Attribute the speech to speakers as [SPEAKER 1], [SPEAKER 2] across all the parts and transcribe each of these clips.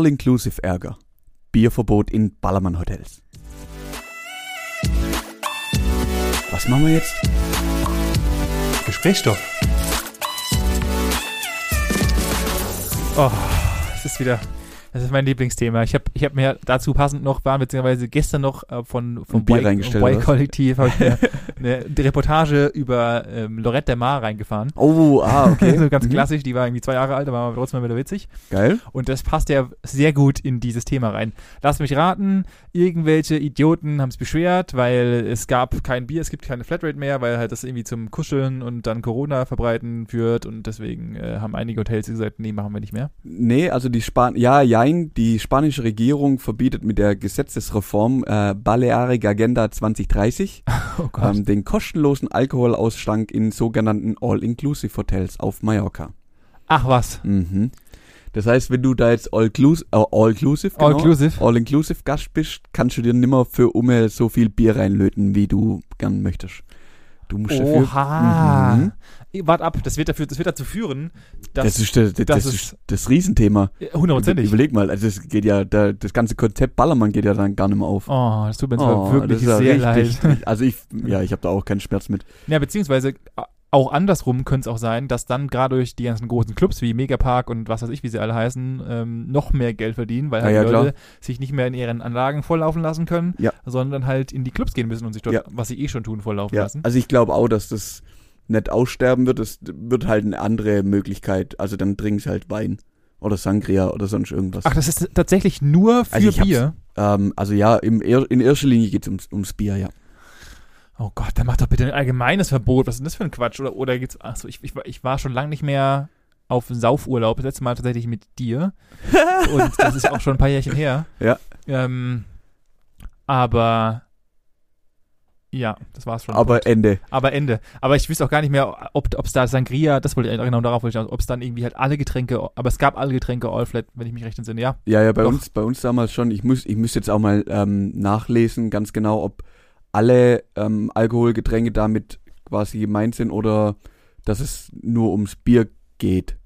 [SPEAKER 1] All-Inclusive Ärger. Bierverbot in Ballermann-Hotels. Was machen wir jetzt?
[SPEAKER 2] Gesprächsstoff.
[SPEAKER 3] Oh, es ist wieder. Das ist mein Lieblingsthema. Ich habe ich hab mir dazu passend noch, waren beziehungsweise gestern noch äh, von, vom
[SPEAKER 1] Ein Bier
[SPEAKER 3] Y-
[SPEAKER 1] reingestellt, oder was?
[SPEAKER 3] Y-Kollektiv, habe ich mir eine Reportage über ähm, Lorette der Mar reingefahren.
[SPEAKER 1] Oh, ah, okay.
[SPEAKER 3] so ganz
[SPEAKER 1] Mhm.
[SPEAKER 3] klassisch, die war irgendwie zwei Jahre alt, aber war trotzdem wieder witzig.
[SPEAKER 1] Geil.
[SPEAKER 3] Und das passt ja sehr gut in dieses Thema rein. Lass mich raten, irgendwelche Idioten haben es beschwert, weil es gab kein Bier, es gibt keine Flatrate mehr, weil halt das irgendwie zum Kuscheln und dann Corona verbreiten führt und deswegen äh, haben einige Hotels gesagt, nee, machen wir nicht mehr.
[SPEAKER 1] Nee, also die Span ja, jein, die spanische Regierung verbietet mit der Gesetzesreform äh, Balearic Agenda 2030
[SPEAKER 3] Oh
[SPEAKER 1] ähm, den kostenlosen Alkoholausschank in sogenannten All-Inclusive Hotels auf Mallorca.
[SPEAKER 3] Ach was.
[SPEAKER 1] Mhm. Das heißt, wenn du da jetzt All-Inclusive äh, all genau,
[SPEAKER 3] All-inclusive.
[SPEAKER 1] All-Inclusive Gast bist, kannst du dir nimmer für Umme so viel Bier reinlöten, wie du gern möchtest. Du musst
[SPEAKER 3] Oh,
[SPEAKER 1] dafür.
[SPEAKER 3] Oha.
[SPEAKER 1] Mhm.
[SPEAKER 3] Wart ab, das wird, dafür, das wird dazu führen, dass.
[SPEAKER 1] Das, ist, das, das,
[SPEAKER 3] das
[SPEAKER 1] das
[SPEAKER 3] ist-
[SPEAKER 1] ist das Riesenthema.
[SPEAKER 3] Ja, Hundertprozentig.
[SPEAKER 1] Überleg mal, also das geht ja, da, das ganze Konzept Ballermann geht ja dann gar nicht mehr auf.
[SPEAKER 3] Oh, das tut mir jetzt
[SPEAKER 1] Oh,
[SPEAKER 3] wirklich
[SPEAKER 1] das ist ja
[SPEAKER 3] sehr
[SPEAKER 1] richtig-
[SPEAKER 3] leid.
[SPEAKER 1] Also ich, ja, ich habe da auch keinen Schmerz mit.
[SPEAKER 3] Ja, beziehungsweise a- auch andersrum könnte es auch sein, dass dann gerade durch die ganzen großen Clubs wie Megapark und was weiß ich, wie sie alle heißen, ähm, noch mehr Geld verdienen, weil
[SPEAKER 1] Ja,
[SPEAKER 3] halt
[SPEAKER 1] ja,
[SPEAKER 3] die
[SPEAKER 1] klar.
[SPEAKER 3] Leute sich nicht mehr in ihren Anlagen volllaufen lassen können,
[SPEAKER 1] Ja.
[SPEAKER 3] sondern halt in die Clubs gehen müssen und sich dort,
[SPEAKER 1] Ja.
[SPEAKER 3] was sie eh schon tun, volllaufen
[SPEAKER 1] Ja,
[SPEAKER 3] lassen.
[SPEAKER 1] also ich glaube auch, dass das nicht aussterben wird. Es wird halt eine andere Möglichkeit. Also dann trinkst halt Wein oder Sangria oder sonst irgendwas.
[SPEAKER 3] Ach, das ist tatsächlich nur für
[SPEAKER 1] Also ich hab's-
[SPEAKER 3] Bier.
[SPEAKER 1] Ähm, also ja, im, er- in erster Linie geht es ums, ums Bier, ja.
[SPEAKER 3] Oh Gott, dann mach doch bitte ein allgemeines Verbot. Was ist denn das für ein Quatsch? Oder, oder gibt's. Achso, ich, ich, war- ich war schon lange nicht mehr auf Saufurlaub. Das letzte Mal tatsächlich mit dir. Und das ist auch schon ein paar Jährchen her.
[SPEAKER 1] Ja.
[SPEAKER 3] Ähm, aber. Ja, das war's schon.
[SPEAKER 1] Aber Ende.
[SPEAKER 3] aber Ende. Aber ich wüsste auch gar nicht mehr, ob es da Sangria, das wollte ich genau darauf wollte ich ob es dann irgendwie halt alle Getränke, aber es gab alle Getränke All Flat, wenn ich mich recht entsinne, ja.
[SPEAKER 1] Ja, ja, bei
[SPEAKER 3] Doch.
[SPEAKER 1] uns, bei uns damals schon. Ich muss, ich müsste jetzt auch mal ähm, nachlesen, ganz genau, ob alle ähm, Alkoholgetränke damit quasi gemeint sind oder dass es nur ums Bier geht.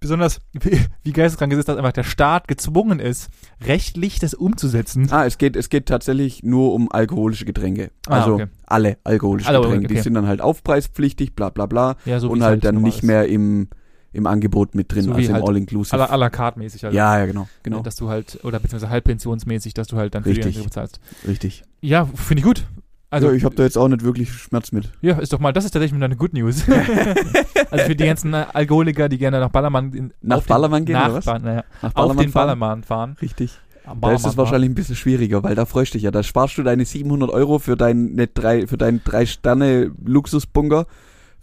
[SPEAKER 3] Besonders, wie, wie geisteskrank es ist, dass einfach der Staat gezwungen ist, rechtlich das umzusetzen.
[SPEAKER 1] Ah, es geht, es geht tatsächlich nur um alkoholische Getränke.
[SPEAKER 3] Ah,
[SPEAKER 1] Also
[SPEAKER 3] okay.
[SPEAKER 1] alle alkoholischen
[SPEAKER 3] Alle,
[SPEAKER 1] Getränke. Die
[SPEAKER 3] okay.
[SPEAKER 1] sind dann halt aufpreispflichtig, bla bla bla.
[SPEAKER 3] Ja, so wie
[SPEAKER 1] und
[SPEAKER 3] es
[SPEAKER 1] halt dann
[SPEAKER 3] normal
[SPEAKER 1] nicht
[SPEAKER 3] ist.
[SPEAKER 1] mehr im, im Angebot mit drin,
[SPEAKER 3] So wie
[SPEAKER 1] also im
[SPEAKER 3] halt
[SPEAKER 1] All-Inclusive.
[SPEAKER 3] À la, à la carte mäßig halt.
[SPEAKER 1] ja, ja, genau, genau,
[SPEAKER 3] Dass du halt, oder beziehungsweise halbpensionsmäßig, dass du halt dann für die
[SPEAKER 1] Richtig.
[SPEAKER 3] Rente bezahlst.
[SPEAKER 1] richtig.
[SPEAKER 3] Ja, finde ich gut.
[SPEAKER 1] Also
[SPEAKER 3] Also,
[SPEAKER 1] ja, ich habe da jetzt auch nicht wirklich Schmerz mit.
[SPEAKER 3] ja, ist doch mal, das ist tatsächlich mal eine Good News. also für die ganzen äh, Alkoholiker, die gerne nach Ballermann in,
[SPEAKER 1] Nach
[SPEAKER 3] auf
[SPEAKER 1] Ballermann gehen,
[SPEAKER 3] nach,
[SPEAKER 1] oder was?
[SPEAKER 3] Ba- Naja,
[SPEAKER 1] Nach
[SPEAKER 3] auf den
[SPEAKER 1] fahren?
[SPEAKER 3] Ballermann fahren.
[SPEAKER 1] Richtig.
[SPEAKER 3] Am
[SPEAKER 1] da ist es
[SPEAKER 3] Ballermann
[SPEAKER 1] wahrscheinlich ein bisschen schwieriger, weil da freust du dich ja. Da sparst du deine 700 Euro für deinen ne, drei, für deinen drei Sterne Luxusbunker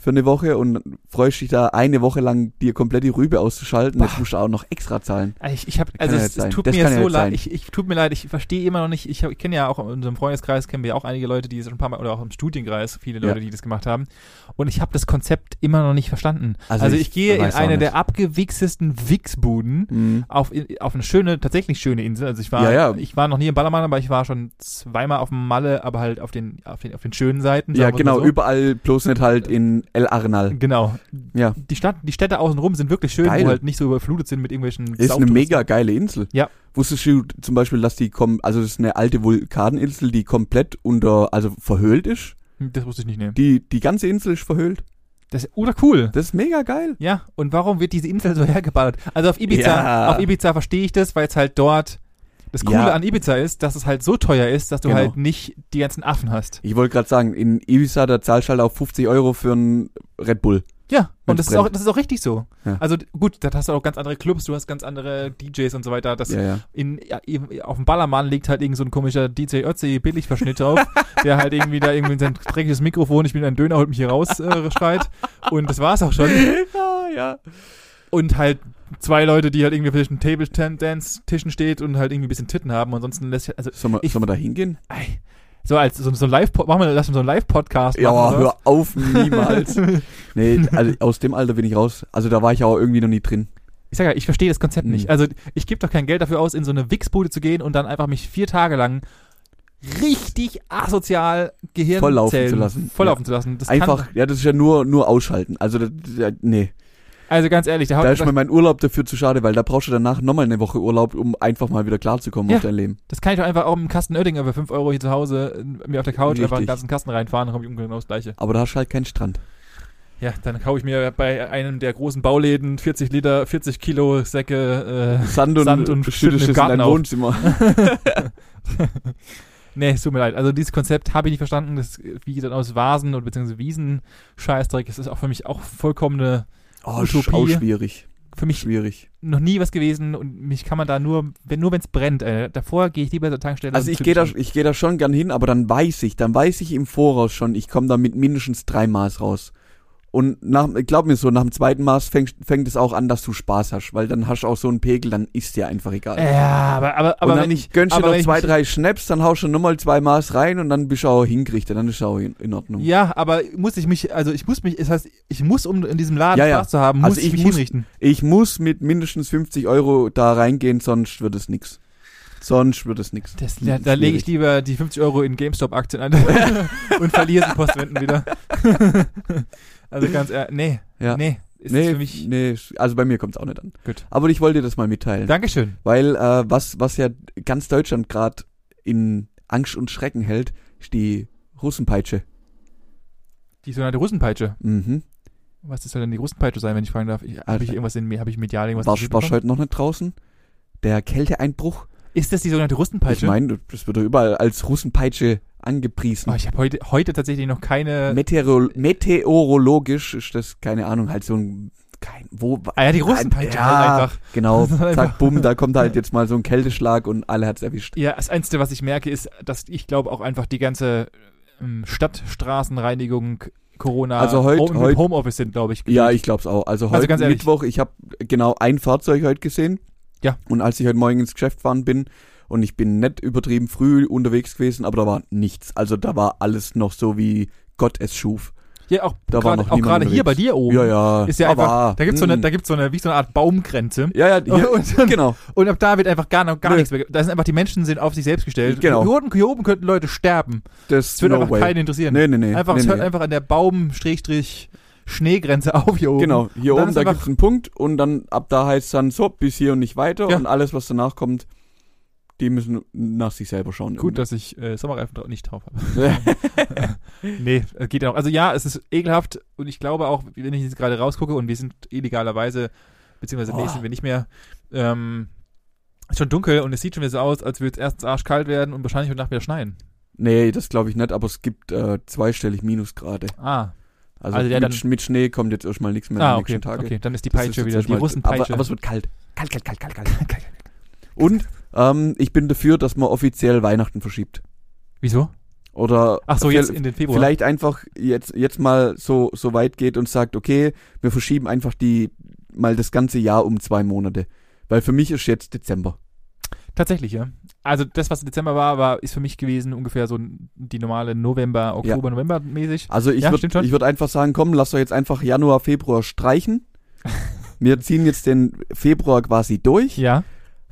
[SPEAKER 1] für eine Woche und freust dich da eine Woche lang dir komplett die Rübe auszuschalten. Jetzt musst du auch noch extra zahlen.
[SPEAKER 3] fahren. Ich, ich hab,
[SPEAKER 1] Kann
[SPEAKER 3] also
[SPEAKER 1] ja
[SPEAKER 3] es,
[SPEAKER 1] jetzt
[SPEAKER 3] es
[SPEAKER 1] sein.
[SPEAKER 3] tut
[SPEAKER 1] Das
[SPEAKER 3] mir
[SPEAKER 1] kann
[SPEAKER 3] jetzt
[SPEAKER 1] ja
[SPEAKER 3] so
[SPEAKER 1] jetzt
[SPEAKER 3] leid,
[SPEAKER 1] sein.
[SPEAKER 3] ich, ich tut mir leid, ich verstehe immer noch nicht, ich, hab- ich kenne ja auch in unserem Freundeskreis, kennen wir auch einige Leute, die das schon ein paar Mal, oder auch im Studienkreis, viele
[SPEAKER 1] Ja.
[SPEAKER 3] Leute, die das gemacht haben. Und ich habe das Konzept immer noch nicht verstanden. Also, ich, gehe in
[SPEAKER 1] weiß auch
[SPEAKER 3] eine
[SPEAKER 1] nicht.
[SPEAKER 3] der abgewichstesten Wichsbuden
[SPEAKER 1] Mhm.
[SPEAKER 3] auf, auf eine schöne, tatsächlich schöne Insel. Also ich war,
[SPEAKER 1] Ja, ja.
[SPEAKER 3] ich war noch nie im Ballermann, aber ich war schon zweimal auf dem Malle, aber halt auf den, auf den, auf den schönen Seiten.
[SPEAKER 1] Ja,
[SPEAKER 3] sagen wir's mal
[SPEAKER 1] genau,
[SPEAKER 3] so.
[SPEAKER 1] überall, bloß nicht halt in El Arenal.
[SPEAKER 3] Genau.
[SPEAKER 1] Ja.
[SPEAKER 3] Die Stadt, die Städte außenrum sind wirklich schön,
[SPEAKER 1] Geil.
[SPEAKER 3] wo halt nicht so überflutet sind mit irgendwelchen
[SPEAKER 1] Ist eine
[SPEAKER 3] Sautouristen.
[SPEAKER 1] mega geile Insel.
[SPEAKER 3] Ja.
[SPEAKER 1] Wusstest du zum Beispiel, dass die kommen, also das ist eine alte Vulkaninsel, die komplett unter, also verhöhlt ist.
[SPEAKER 3] Das wusste ich nicht nehmen.
[SPEAKER 1] Die, die ganze Insel ist verhöhlt.
[SPEAKER 3] Das ist oder cool.
[SPEAKER 1] Das ist mega geil.
[SPEAKER 3] Ja, und warum wird diese Insel so hergeballert? Also auf Ibiza,
[SPEAKER 1] Ja.
[SPEAKER 3] auf Ibiza verstehe ich das, weil es halt dort das Coole
[SPEAKER 1] Ja.
[SPEAKER 3] an Ibiza ist, dass es halt so teuer ist, dass du
[SPEAKER 1] Genau.
[SPEAKER 3] halt nicht die ganzen Affen hast.
[SPEAKER 1] Ich wollte gerade sagen, in Ibiza, da zahlst du halt auch 50 Euro für einen Red Bull.
[SPEAKER 3] Ja, und
[SPEAKER 1] Wenn's
[SPEAKER 3] das ist,
[SPEAKER 1] brennt.
[SPEAKER 3] auch, das ist auch richtig so.
[SPEAKER 1] Ja.
[SPEAKER 3] Also d- gut, da hast du auch ganz andere Clubs, du hast ganz andere DJs und so weiter. Das
[SPEAKER 1] ja.
[SPEAKER 3] in, ja, eben auf dem Ballermann liegt halt irgend so ein komischer DJ Ötzi Billigverschnitt drauf, der halt irgendwie da irgendwie sein dreckiges Mikrofon, ich bin ein Döner, holt mich hier raus, äh, schreit. Und das war's auch schon.
[SPEAKER 1] Ja, ja.
[SPEAKER 3] Und halt zwei Leute, die halt irgendwie auf den Table Dance Tischen steht und halt irgendwie ein bisschen Titten haben. Ansonsten lässt sich, also,
[SPEAKER 1] Sollen wir,
[SPEAKER 3] Ich-
[SPEAKER 1] sollen wir da hingehen?
[SPEAKER 3] ey, so als so, so ein Live, machen wir, lass uns so einen Live-Podcast machen.
[SPEAKER 1] Ja,
[SPEAKER 3] oder was?
[SPEAKER 1] hör auf, niemals. nee, also aus dem Alter bin ich raus. Also da war ich auch irgendwie noch nie drin.
[SPEAKER 3] Ich sag ja, ich verstehe das Konzept
[SPEAKER 1] Mhm.
[SPEAKER 3] nicht. Also ich gebe doch kein Geld dafür aus, in so eine Wichsbude zu gehen und dann einfach mich vier Tage lang richtig asozial Gehirn
[SPEAKER 1] Volllaufen zu lassen.
[SPEAKER 3] Volllaufen zu lassen. Das
[SPEAKER 1] Einfach, ja, das ist ja nur, nur ausschalten. Also, das, ja, nee.
[SPEAKER 3] Kann, Also ganz ehrlich, der
[SPEAKER 1] Da ist
[SPEAKER 3] Haupt
[SPEAKER 1] mir mein Urlaub dafür zu schade, weil da brauchst du danach nochmal eine Woche Urlaub, um einfach mal wieder klarzukommen
[SPEAKER 3] Ja.
[SPEAKER 1] auf dein Leben.
[SPEAKER 3] das kann ich doch einfach auch im Kasten Oettinger für 5 Euro hier zu Hause äh, mir auf der Couch einfach
[SPEAKER 1] Richtig.
[SPEAKER 3] einen ganzen Kasten reinfahren, dann komme ich ungefähr genau das gleiche.
[SPEAKER 1] Aber da hast du halt keinen Strand.
[SPEAKER 3] Ja, dann kaufe ich mir bei einem der großen Bauläden 40 Liter, 40 Kilo Säcke. Äh,
[SPEAKER 1] Sand und,
[SPEAKER 3] Sand und schütten im
[SPEAKER 1] Schüttelschiss
[SPEAKER 3] Garten
[SPEAKER 1] in dein
[SPEAKER 3] auf.
[SPEAKER 1] Wohnzimmer.
[SPEAKER 3] nee, es tut mir leid. Also dieses Konzept habe ich nicht verstanden. Das, äh, wie dann aus Vasen und beziehungsweise Wiesen Scheißdreck. Es ist auch für mich auch vollkommene,
[SPEAKER 1] Oh, ist auch
[SPEAKER 3] Utopie.
[SPEAKER 1] schwierig.
[SPEAKER 3] für mich
[SPEAKER 1] Schwierig.
[SPEAKER 3] noch nie was gewesen und mich kann man da nur, wenn nur wenn es brennt. Äh, davor gehe ich lieber zur Tankstelle.
[SPEAKER 1] Also
[SPEAKER 3] und
[SPEAKER 1] ich
[SPEAKER 3] zünd
[SPEAKER 1] gehe da,
[SPEAKER 3] schon.
[SPEAKER 1] ich geh da schon gern hin, aber dann weiß ich, dann weiß ich im Voraus schon, ich komme da mit mindestens drei Maß raus. Und nach, glaub mir so, nach dem zweiten Maß fängt, fängt es auch an, dass du Spaß hast, weil dann hast du auch so einen Pegel, dann ist dir einfach egal.
[SPEAKER 3] Ja, aber Äh, aber,
[SPEAKER 1] und
[SPEAKER 3] aber
[SPEAKER 1] dann
[SPEAKER 3] wenn ich
[SPEAKER 1] gönnst du
[SPEAKER 3] aber
[SPEAKER 1] noch
[SPEAKER 3] wenn ich
[SPEAKER 1] zwei,
[SPEAKER 3] mich-
[SPEAKER 1] drei Schnaps, dann haust du nochmal zwei Maß rein und dann bist du auch hingerichtet, dann ist es auch in, in Ordnung.
[SPEAKER 3] ja, aber muss ich mich, also ich muss mich, das heißt, ich muss, um in diesem Laden
[SPEAKER 1] Ja, ja.
[SPEAKER 3] Spaß zu haben, muss
[SPEAKER 1] Also
[SPEAKER 3] ich,
[SPEAKER 1] ich
[SPEAKER 3] mich
[SPEAKER 1] muss-
[SPEAKER 3] hinrichten.
[SPEAKER 1] Ich muss mit mindestens 50 Euro da reingehen, sonst wird es nix. Sonst wird es nix.
[SPEAKER 3] Das, da da lege ich lieber die 50 Euro in GameStop-Aktien an und verliere sie postwenden wieder. also ganz ehrlich, nee,
[SPEAKER 1] Ja.
[SPEAKER 3] nee, ist
[SPEAKER 1] nee,
[SPEAKER 3] für mich.
[SPEAKER 1] nee, also bei mir kommt es auch nicht an.
[SPEAKER 3] Gut.
[SPEAKER 1] Aber ich wollte dir das mal mitteilen.
[SPEAKER 3] Dankeschön.
[SPEAKER 1] Weil äh, was, was ja ganz Deutschland gerade in Angst und Schrecken hält, ist die Russenpeitsche.
[SPEAKER 3] Die sogenannte Russenpeitsche.
[SPEAKER 1] Mhm.
[SPEAKER 3] Was soll denn die Russenpeitsche sein, wenn ich fragen darf? Habe
[SPEAKER 1] Alter.
[SPEAKER 3] ich irgendwas in mir, habe ich medial irgendwas
[SPEAKER 1] Warst
[SPEAKER 3] mitbekommen?
[SPEAKER 1] warst du heute noch nicht draußen? Der Kälteeinbruch?
[SPEAKER 3] Ist das die sogenannte
[SPEAKER 1] Ich
[SPEAKER 3] Russenpeitsche?
[SPEAKER 1] meine, das wird doch überall als Russenpeitsche angepriesen.
[SPEAKER 3] oh, ich äh, habe heute, heute tatsächlich noch keine.
[SPEAKER 1] Meteoro meteorologisch ist das, keine Ahnung, halt so ein... Kein, wo,
[SPEAKER 3] ah ja, die Russenpeitsche
[SPEAKER 1] Ja.
[SPEAKER 3] halt einfach.
[SPEAKER 1] genau,
[SPEAKER 3] Einfach.
[SPEAKER 1] zack, bumm, da kommt halt jetzt mal so ein Kälteschlag und alle hat's erwischt.
[SPEAKER 3] Ja, das Einzige, was ich merke, ist, dass ich glaube auch einfach die ganze ähm, Stadtstraßenreinigung Corona
[SPEAKER 1] Also heut-
[SPEAKER 3] Home,
[SPEAKER 1] heut-
[SPEAKER 3] Homeoffice sind, glaube ich.
[SPEAKER 1] Ja, ich glaub's auch. Also heute
[SPEAKER 3] Also ganz ehrlich.
[SPEAKER 1] Mittwoch, ich habe genau ein Fahrzeug heute gesehen.
[SPEAKER 3] Ja.
[SPEAKER 1] Und als ich heute Morgen ins Geschäft gefahren bin und ich bin nicht übertrieben früh unterwegs gewesen, aber da war nichts. Also da war alles noch so wie Gott es schuf.
[SPEAKER 3] ja auch
[SPEAKER 1] Da war
[SPEAKER 3] gerade-
[SPEAKER 1] noch
[SPEAKER 3] auch
[SPEAKER 1] niemand
[SPEAKER 3] gerade hier
[SPEAKER 1] unterwegs.
[SPEAKER 3] bei dir oben.
[SPEAKER 1] Ja, ja.
[SPEAKER 3] Oh. Ist ja
[SPEAKER 1] aber,
[SPEAKER 3] einfach, da gibt's so eine,
[SPEAKER 1] mm.
[SPEAKER 3] da gibt's so eine, wie so eine Art Baumgrenze.
[SPEAKER 1] ja, ja, ja
[SPEAKER 3] Und dann-
[SPEAKER 1] genau.
[SPEAKER 3] Und ab da wird einfach gar, noch- gar
[SPEAKER 1] Nö.
[SPEAKER 3] nichts mehr. ge- Da sind einfach die Menschen sind auf sich selbst gestellt.
[SPEAKER 1] Genau.
[SPEAKER 3] Hier oben, hier oben könnten Leute sterben.
[SPEAKER 1] Das
[SPEAKER 3] Es wird
[SPEAKER 1] no
[SPEAKER 3] einfach
[SPEAKER 1] way.
[SPEAKER 3] keinen interessieren.
[SPEAKER 1] Nee, nee, nee.
[SPEAKER 3] einfach,
[SPEAKER 1] nee,
[SPEAKER 3] es hört
[SPEAKER 1] nee.
[SPEAKER 3] einfach an der Baum-Schneegrenze auf hier oben.
[SPEAKER 1] Genau, hier
[SPEAKER 3] Und dann
[SPEAKER 1] oben,
[SPEAKER 3] ist
[SPEAKER 1] da
[SPEAKER 3] einfach-
[SPEAKER 1] gibt's einen Punkt und dann ab da heißt dann so, bis hier und nicht weiter
[SPEAKER 3] Ja.
[SPEAKER 1] und alles, was danach kommt, die müssen nach sich selber schauen.
[SPEAKER 3] Gut, dass ich äh, Sommerreifen dra nicht drauf habe. nee, äh, geht ja noch. Also ja, es ist ekelhaft und ich glaube auch, wenn ich jetzt gerade rausgucke und wir sind illegalerweise, beziehungsweise nee,
[SPEAKER 1] Oh.
[SPEAKER 3] sind wir nicht mehr, ähm, ist schon dunkel und es sieht schon wieder so aus, als würde es erstens arschkalt werden und wahrscheinlich heute Nacht wieder schneien.
[SPEAKER 1] Nee, das glaube ich nicht, aber es gibt äh, zweistellig Minusgrade.
[SPEAKER 3] Ah,
[SPEAKER 1] Also,
[SPEAKER 3] Also, ja,
[SPEAKER 1] mit,
[SPEAKER 3] dann-
[SPEAKER 1] Sch- mit Schnee kommt jetzt erstmal nichts mehr
[SPEAKER 3] ah
[SPEAKER 1] die
[SPEAKER 3] okay,
[SPEAKER 1] nächsten Tage.
[SPEAKER 3] okay, dann ist die
[SPEAKER 1] Das ist
[SPEAKER 3] Peitsche
[SPEAKER 1] jetzt
[SPEAKER 3] wieder, die
[SPEAKER 1] erstmal-
[SPEAKER 3] Russenpeitsche.
[SPEAKER 1] Aber, aber es wird kalt. Kalt, kalt, kalt, kalt, kalt. kalt. Und ähm, ich bin dafür, dass man offiziell Weihnachten verschiebt.
[SPEAKER 3] Wieso?
[SPEAKER 1] Oder
[SPEAKER 3] Ach so,
[SPEAKER 1] viel-
[SPEAKER 3] jetzt in den Februar.
[SPEAKER 1] vielleicht einfach jetzt, jetzt mal so, so weit geht und sagt, okay, wir verschieben einfach die mal das ganze Jahr um zwei Monate. Weil für mich ist jetzt Dezember.
[SPEAKER 3] Tatsächlich, ja. Also das, was im Dezember war, war, ist für mich gewesen ungefähr so n- die normale November, Oktober, November mäßig.
[SPEAKER 1] Also ich
[SPEAKER 3] Ja, stimmt schon.
[SPEAKER 1] würde würd einfach sagen, komm, lass doch jetzt einfach Januar, Februar streichen. Wir ziehen jetzt den Februar quasi durch.
[SPEAKER 3] Ja.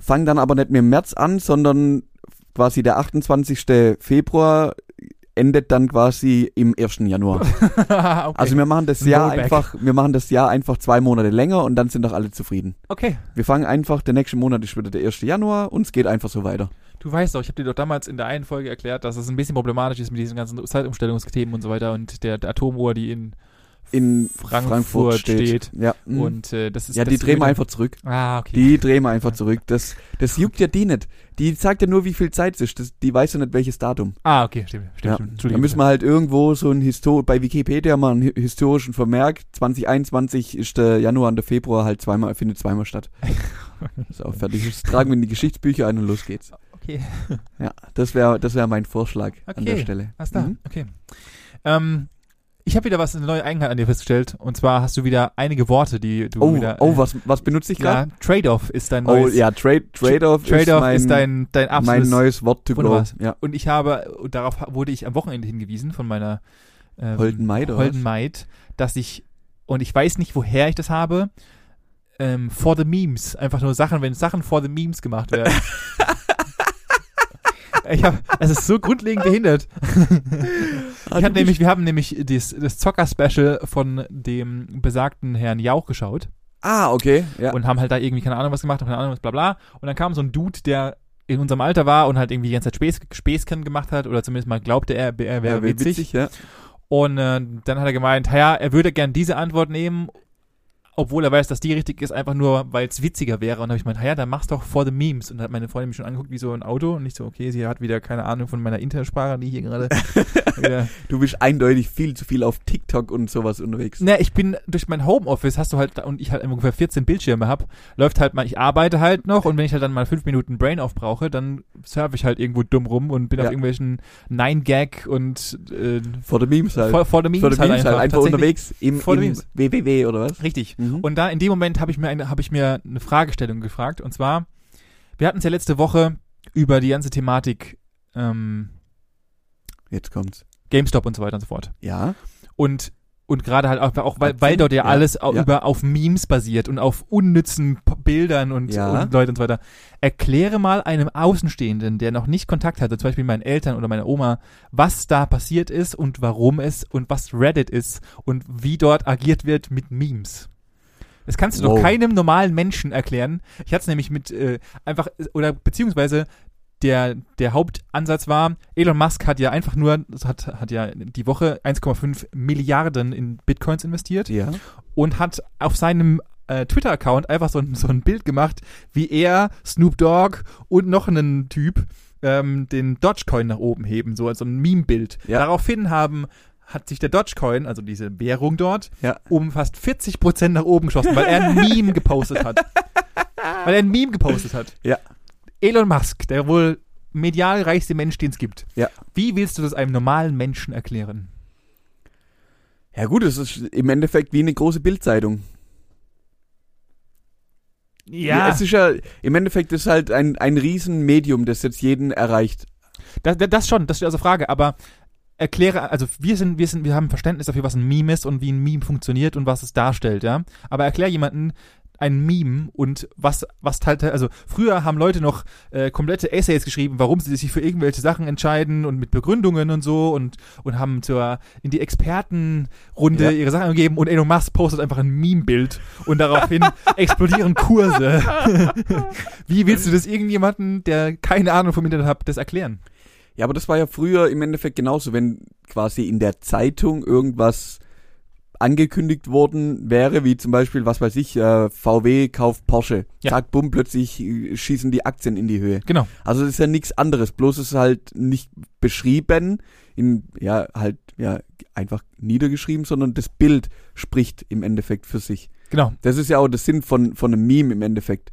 [SPEAKER 1] Fang dann aber nicht mehr im März an, sondern quasi der 28. Februar endet dann quasi im 1. Januar.
[SPEAKER 3] okay.
[SPEAKER 1] Also wir machen das Jahr
[SPEAKER 3] Rollback.
[SPEAKER 1] einfach, wir machen das Jahr einfach zwei Monate länger und dann sind doch alle zufrieden.
[SPEAKER 3] okay.
[SPEAKER 1] Wir fangen einfach, der nächste Monat ist wieder der 1. Januar und es geht einfach so weiter.
[SPEAKER 3] Du weißt doch, ich habe dir doch damals in der einen Folge erklärt, dass es ein bisschen problematisch ist mit diesen ganzen Zeitumstellungsthemen und so weiter und der, der Atomuhr, die in
[SPEAKER 1] In
[SPEAKER 3] Frankfurt
[SPEAKER 1] Frankfurt, steht.
[SPEAKER 3] steht.
[SPEAKER 1] Ja, mhm.
[SPEAKER 3] und äh, das ist
[SPEAKER 1] ja
[SPEAKER 3] das
[SPEAKER 1] die drehen wir
[SPEAKER 3] wird-
[SPEAKER 1] einfach zurück.
[SPEAKER 3] Ah, okay.
[SPEAKER 1] Die drehen wir einfach zurück. Das, das juckt ja die nicht. Die sagt ja nur, wie viel Zeit es ist. Das, die weiß ja nicht, welches Datum.
[SPEAKER 3] ah, okay, stimmt, stimmt,
[SPEAKER 1] Ja.
[SPEAKER 3] stimmt.
[SPEAKER 1] Da müssen wir halt irgendwo so ein Histo bei Wikipedia mal einen hi- historischen Vermerk. 2021 ist der Januar und der Februar halt zweimal, findet zweimal statt. So, fertig. Das tragen wir in die Geschichtsbücher ein und los geht's.
[SPEAKER 3] Okay.
[SPEAKER 1] Ja, das wäre das wär mein Vorschlag an der
[SPEAKER 3] Okay.
[SPEAKER 1] Stelle.
[SPEAKER 3] Alles klar,
[SPEAKER 1] Mhm.
[SPEAKER 3] okay. Ähm, ich habe wieder was, eine neue Eigenheit an dir festgestellt und zwar hast du wieder einige Worte, die du
[SPEAKER 1] Oh,
[SPEAKER 3] wieder... äh,
[SPEAKER 1] oh, was, was benutze ich
[SPEAKER 3] Ja,
[SPEAKER 1] gerade?
[SPEAKER 3] Trade-off ist dein
[SPEAKER 1] oh
[SPEAKER 3] neues...
[SPEAKER 1] ja, Trade- Trade-off
[SPEAKER 3] Trade-off
[SPEAKER 1] ist, mein,
[SPEAKER 3] ist, dein, dein
[SPEAKER 1] mein
[SPEAKER 3] absolutes...
[SPEAKER 1] neues Wort to go.
[SPEAKER 3] Wunderbar.
[SPEAKER 1] Ja.
[SPEAKER 3] und ich habe, und darauf ha- wurde ich am Wochenende hingewiesen von meiner ähm,
[SPEAKER 1] Holden Maid, oder
[SPEAKER 3] Holden
[SPEAKER 1] was?
[SPEAKER 3] Maid, dass ich, und ich weiß nicht, woher ich das habe, ähm, for the memes, einfach nur Sachen, wenn Sachen for the memes gemacht werden. Ich hab, es ist so grundlegend behindert.
[SPEAKER 1] Ah,
[SPEAKER 3] Ich hab nämlich, wir haben nämlich das, das Zocker-Special von dem besagten Herrn Jauch geschaut.
[SPEAKER 1] Ah, okay. Ja.
[SPEAKER 3] und haben halt da irgendwie keine Ahnung was gemacht und keine Ahnung was, bla bla. Und dann kam so ein Dude, der in unserem Alter war und halt irgendwie die ganze Zeit Späß, Späßchen gemacht hat oder zumindest mal glaubte er, er wäre
[SPEAKER 1] Ja,
[SPEAKER 3] witzig.
[SPEAKER 1] ja.
[SPEAKER 3] Und äh, dann hat er gemeint, ja, er würde gern diese Antwort nehmen, obwohl er weiß, dass die richtig ist, einfach nur, weil es witziger wäre. Und dann habe ich gemeint, ja, dann mach's doch for the memes. Und dann hat meine Freundin mich schon angeguckt wie so ein Auto und ich so, okay, sie hat wieder keine Ahnung von meiner Intersprache, die hier gerade wieder
[SPEAKER 1] Du bist eindeutig viel zu viel auf TikTok und sowas unterwegs.
[SPEAKER 3] Ne, ich bin durch mein Homeoffice, hast du halt, und ich halt ungefähr 14 Bildschirme hab, läuft halt mal, ich arbeite halt noch und wenn ich halt dann mal fünf Minuten Brain aufbrauche, dann surfe ich halt irgendwo dumm rum und bin
[SPEAKER 1] Ja.
[SPEAKER 3] auf irgendwelchen Nine-Gag und äh,
[SPEAKER 1] Vor der Memes halt.
[SPEAKER 3] vor, vor dem Memes
[SPEAKER 1] Vor der
[SPEAKER 3] halt
[SPEAKER 1] Memes halt. Einfach
[SPEAKER 3] tatsächlich.
[SPEAKER 1] unterwegs im,
[SPEAKER 3] vor der
[SPEAKER 1] im
[SPEAKER 3] Memes.
[SPEAKER 1] WWW oder was?
[SPEAKER 3] Richtig.
[SPEAKER 1] Mhm.
[SPEAKER 3] Und da in dem Moment habe ich mir eine, habe ich mir eine Fragestellung gefragt. Und zwar, wir hatten es ja letzte Woche über die ganze Thematik ähm,
[SPEAKER 1] Jetzt kommt's.
[SPEAKER 3] GameStop und so weiter und so fort.
[SPEAKER 1] Ja.
[SPEAKER 3] Und und gerade halt auch, auch weil, weil
[SPEAKER 1] Aktien?
[SPEAKER 3] dort ja,
[SPEAKER 1] Ja,
[SPEAKER 3] alles au-
[SPEAKER 1] ja.
[SPEAKER 3] über auf Memes basiert und auf unnützen P Bildern und,
[SPEAKER 1] Ja.
[SPEAKER 3] und Leute und so weiter. Erkläre mal einem Außenstehenden, der noch nicht Kontakt hatte, zum Beispiel meinen Eltern oder meiner Oma, was da passiert ist und warum es und was Reddit ist und wie dort agiert wird mit Memes. Das kannst du doch
[SPEAKER 1] Wow.
[SPEAKER 3] keinem normalen Menschen erklären. Ich hatte es nämlich mit äh, einfach oder beziehungsweise der, der Hauptansatz war, Elon Musk hat ja einfach nur, das hat, hat ja die Woche 1,5 Milliarden in Bitcoins investiert
[SPEAKER 1] Ja.
[SPEAKER 3] und hat auf seinem äh, Twitter-Account einfach so ein, so ein Bild gemacht, wie er, Snoop Dogg und noch einen Typ ähm, den Dogecoin nach oben heben, so als so ein Meme-Bild.
[SPEAKER 1] Ja.
[SPEAKER 3] Daraufhin haben hat sich der Dogecoin, also diese Währung dort,
[SPEAKER 1] Ja.
[SPEAKER 3] um fast 40% nach oben geschossen, weil er ein Meme gepostet hat. Weil er ein Meme gepostet hat.
[SPEAKER 1] Ja.
[SPEAKER 3] Elon Musk, der wohl medial reichste Mensch, den es gibt.
[SPEAKER 1] Ja.
[SPEAKER 3] Wie willst du das einem normalen Menschen erklären?
[SPEAKER 1] Ja gut, es ist im Endeffekt wie eine große Bildzeitung. Es ist ja, im Endeffekt ist halt ein, ein riesen Medium, das jetzt jeden erreicht.
[SPEAKER 3] Das, das- das schon, das steht außer Frage, aber erkläre, also wir sind, wir sind, wir haben Verständnis dafür, was ein Meme ist und wie ein Meme funktioniert und was es darstellt, ja. Aber erklär jemanden ein Meme und was, was halt, also früher haben Leute noch äh, komplette Essays geschrieben, warum sie sich für irgendwelche Sachen entscheiden und mit Begründungen und so und, und haben zur, in die Expertenrunde
[SPEAKER 1] Ja.
[SPEAKER 3] ihre Sachen gegeben und Elon Musk postet einfach ein Meme-Bild und daraufhin explodieren Kurse. Wie willst du das irgendjemanden, der keine Ahnung vom Internet hat, das erklären?
[SPEAKER 1] Ja, aber das war ja früher im Endeffekt genauso, wenn quasi in der Zeitung irgendwas angekündigt worden wäre, wie zum Beispiel, was weiß ich, äh, VW kauft Porsche.
[SPEAKER 3] Ja.
[SPEAKER 1] Zack, bumm, plötzlich äh, schießen die Aktien in die Höhe.
[SPEAKER 3] Genau.
[SPEAKER 1] Also das ist ja nichts anderes, bloß ist halt nicht beschrieben, in, ja, halt, ja, einfach niedergeschrieben, sondern das Bild spricht im Endeffekt für sich.
[SPEAKER 3] Genau.
[SPEAKER 1] Das ist ja auch der Sinn von, von einem Meme im Endeffekt.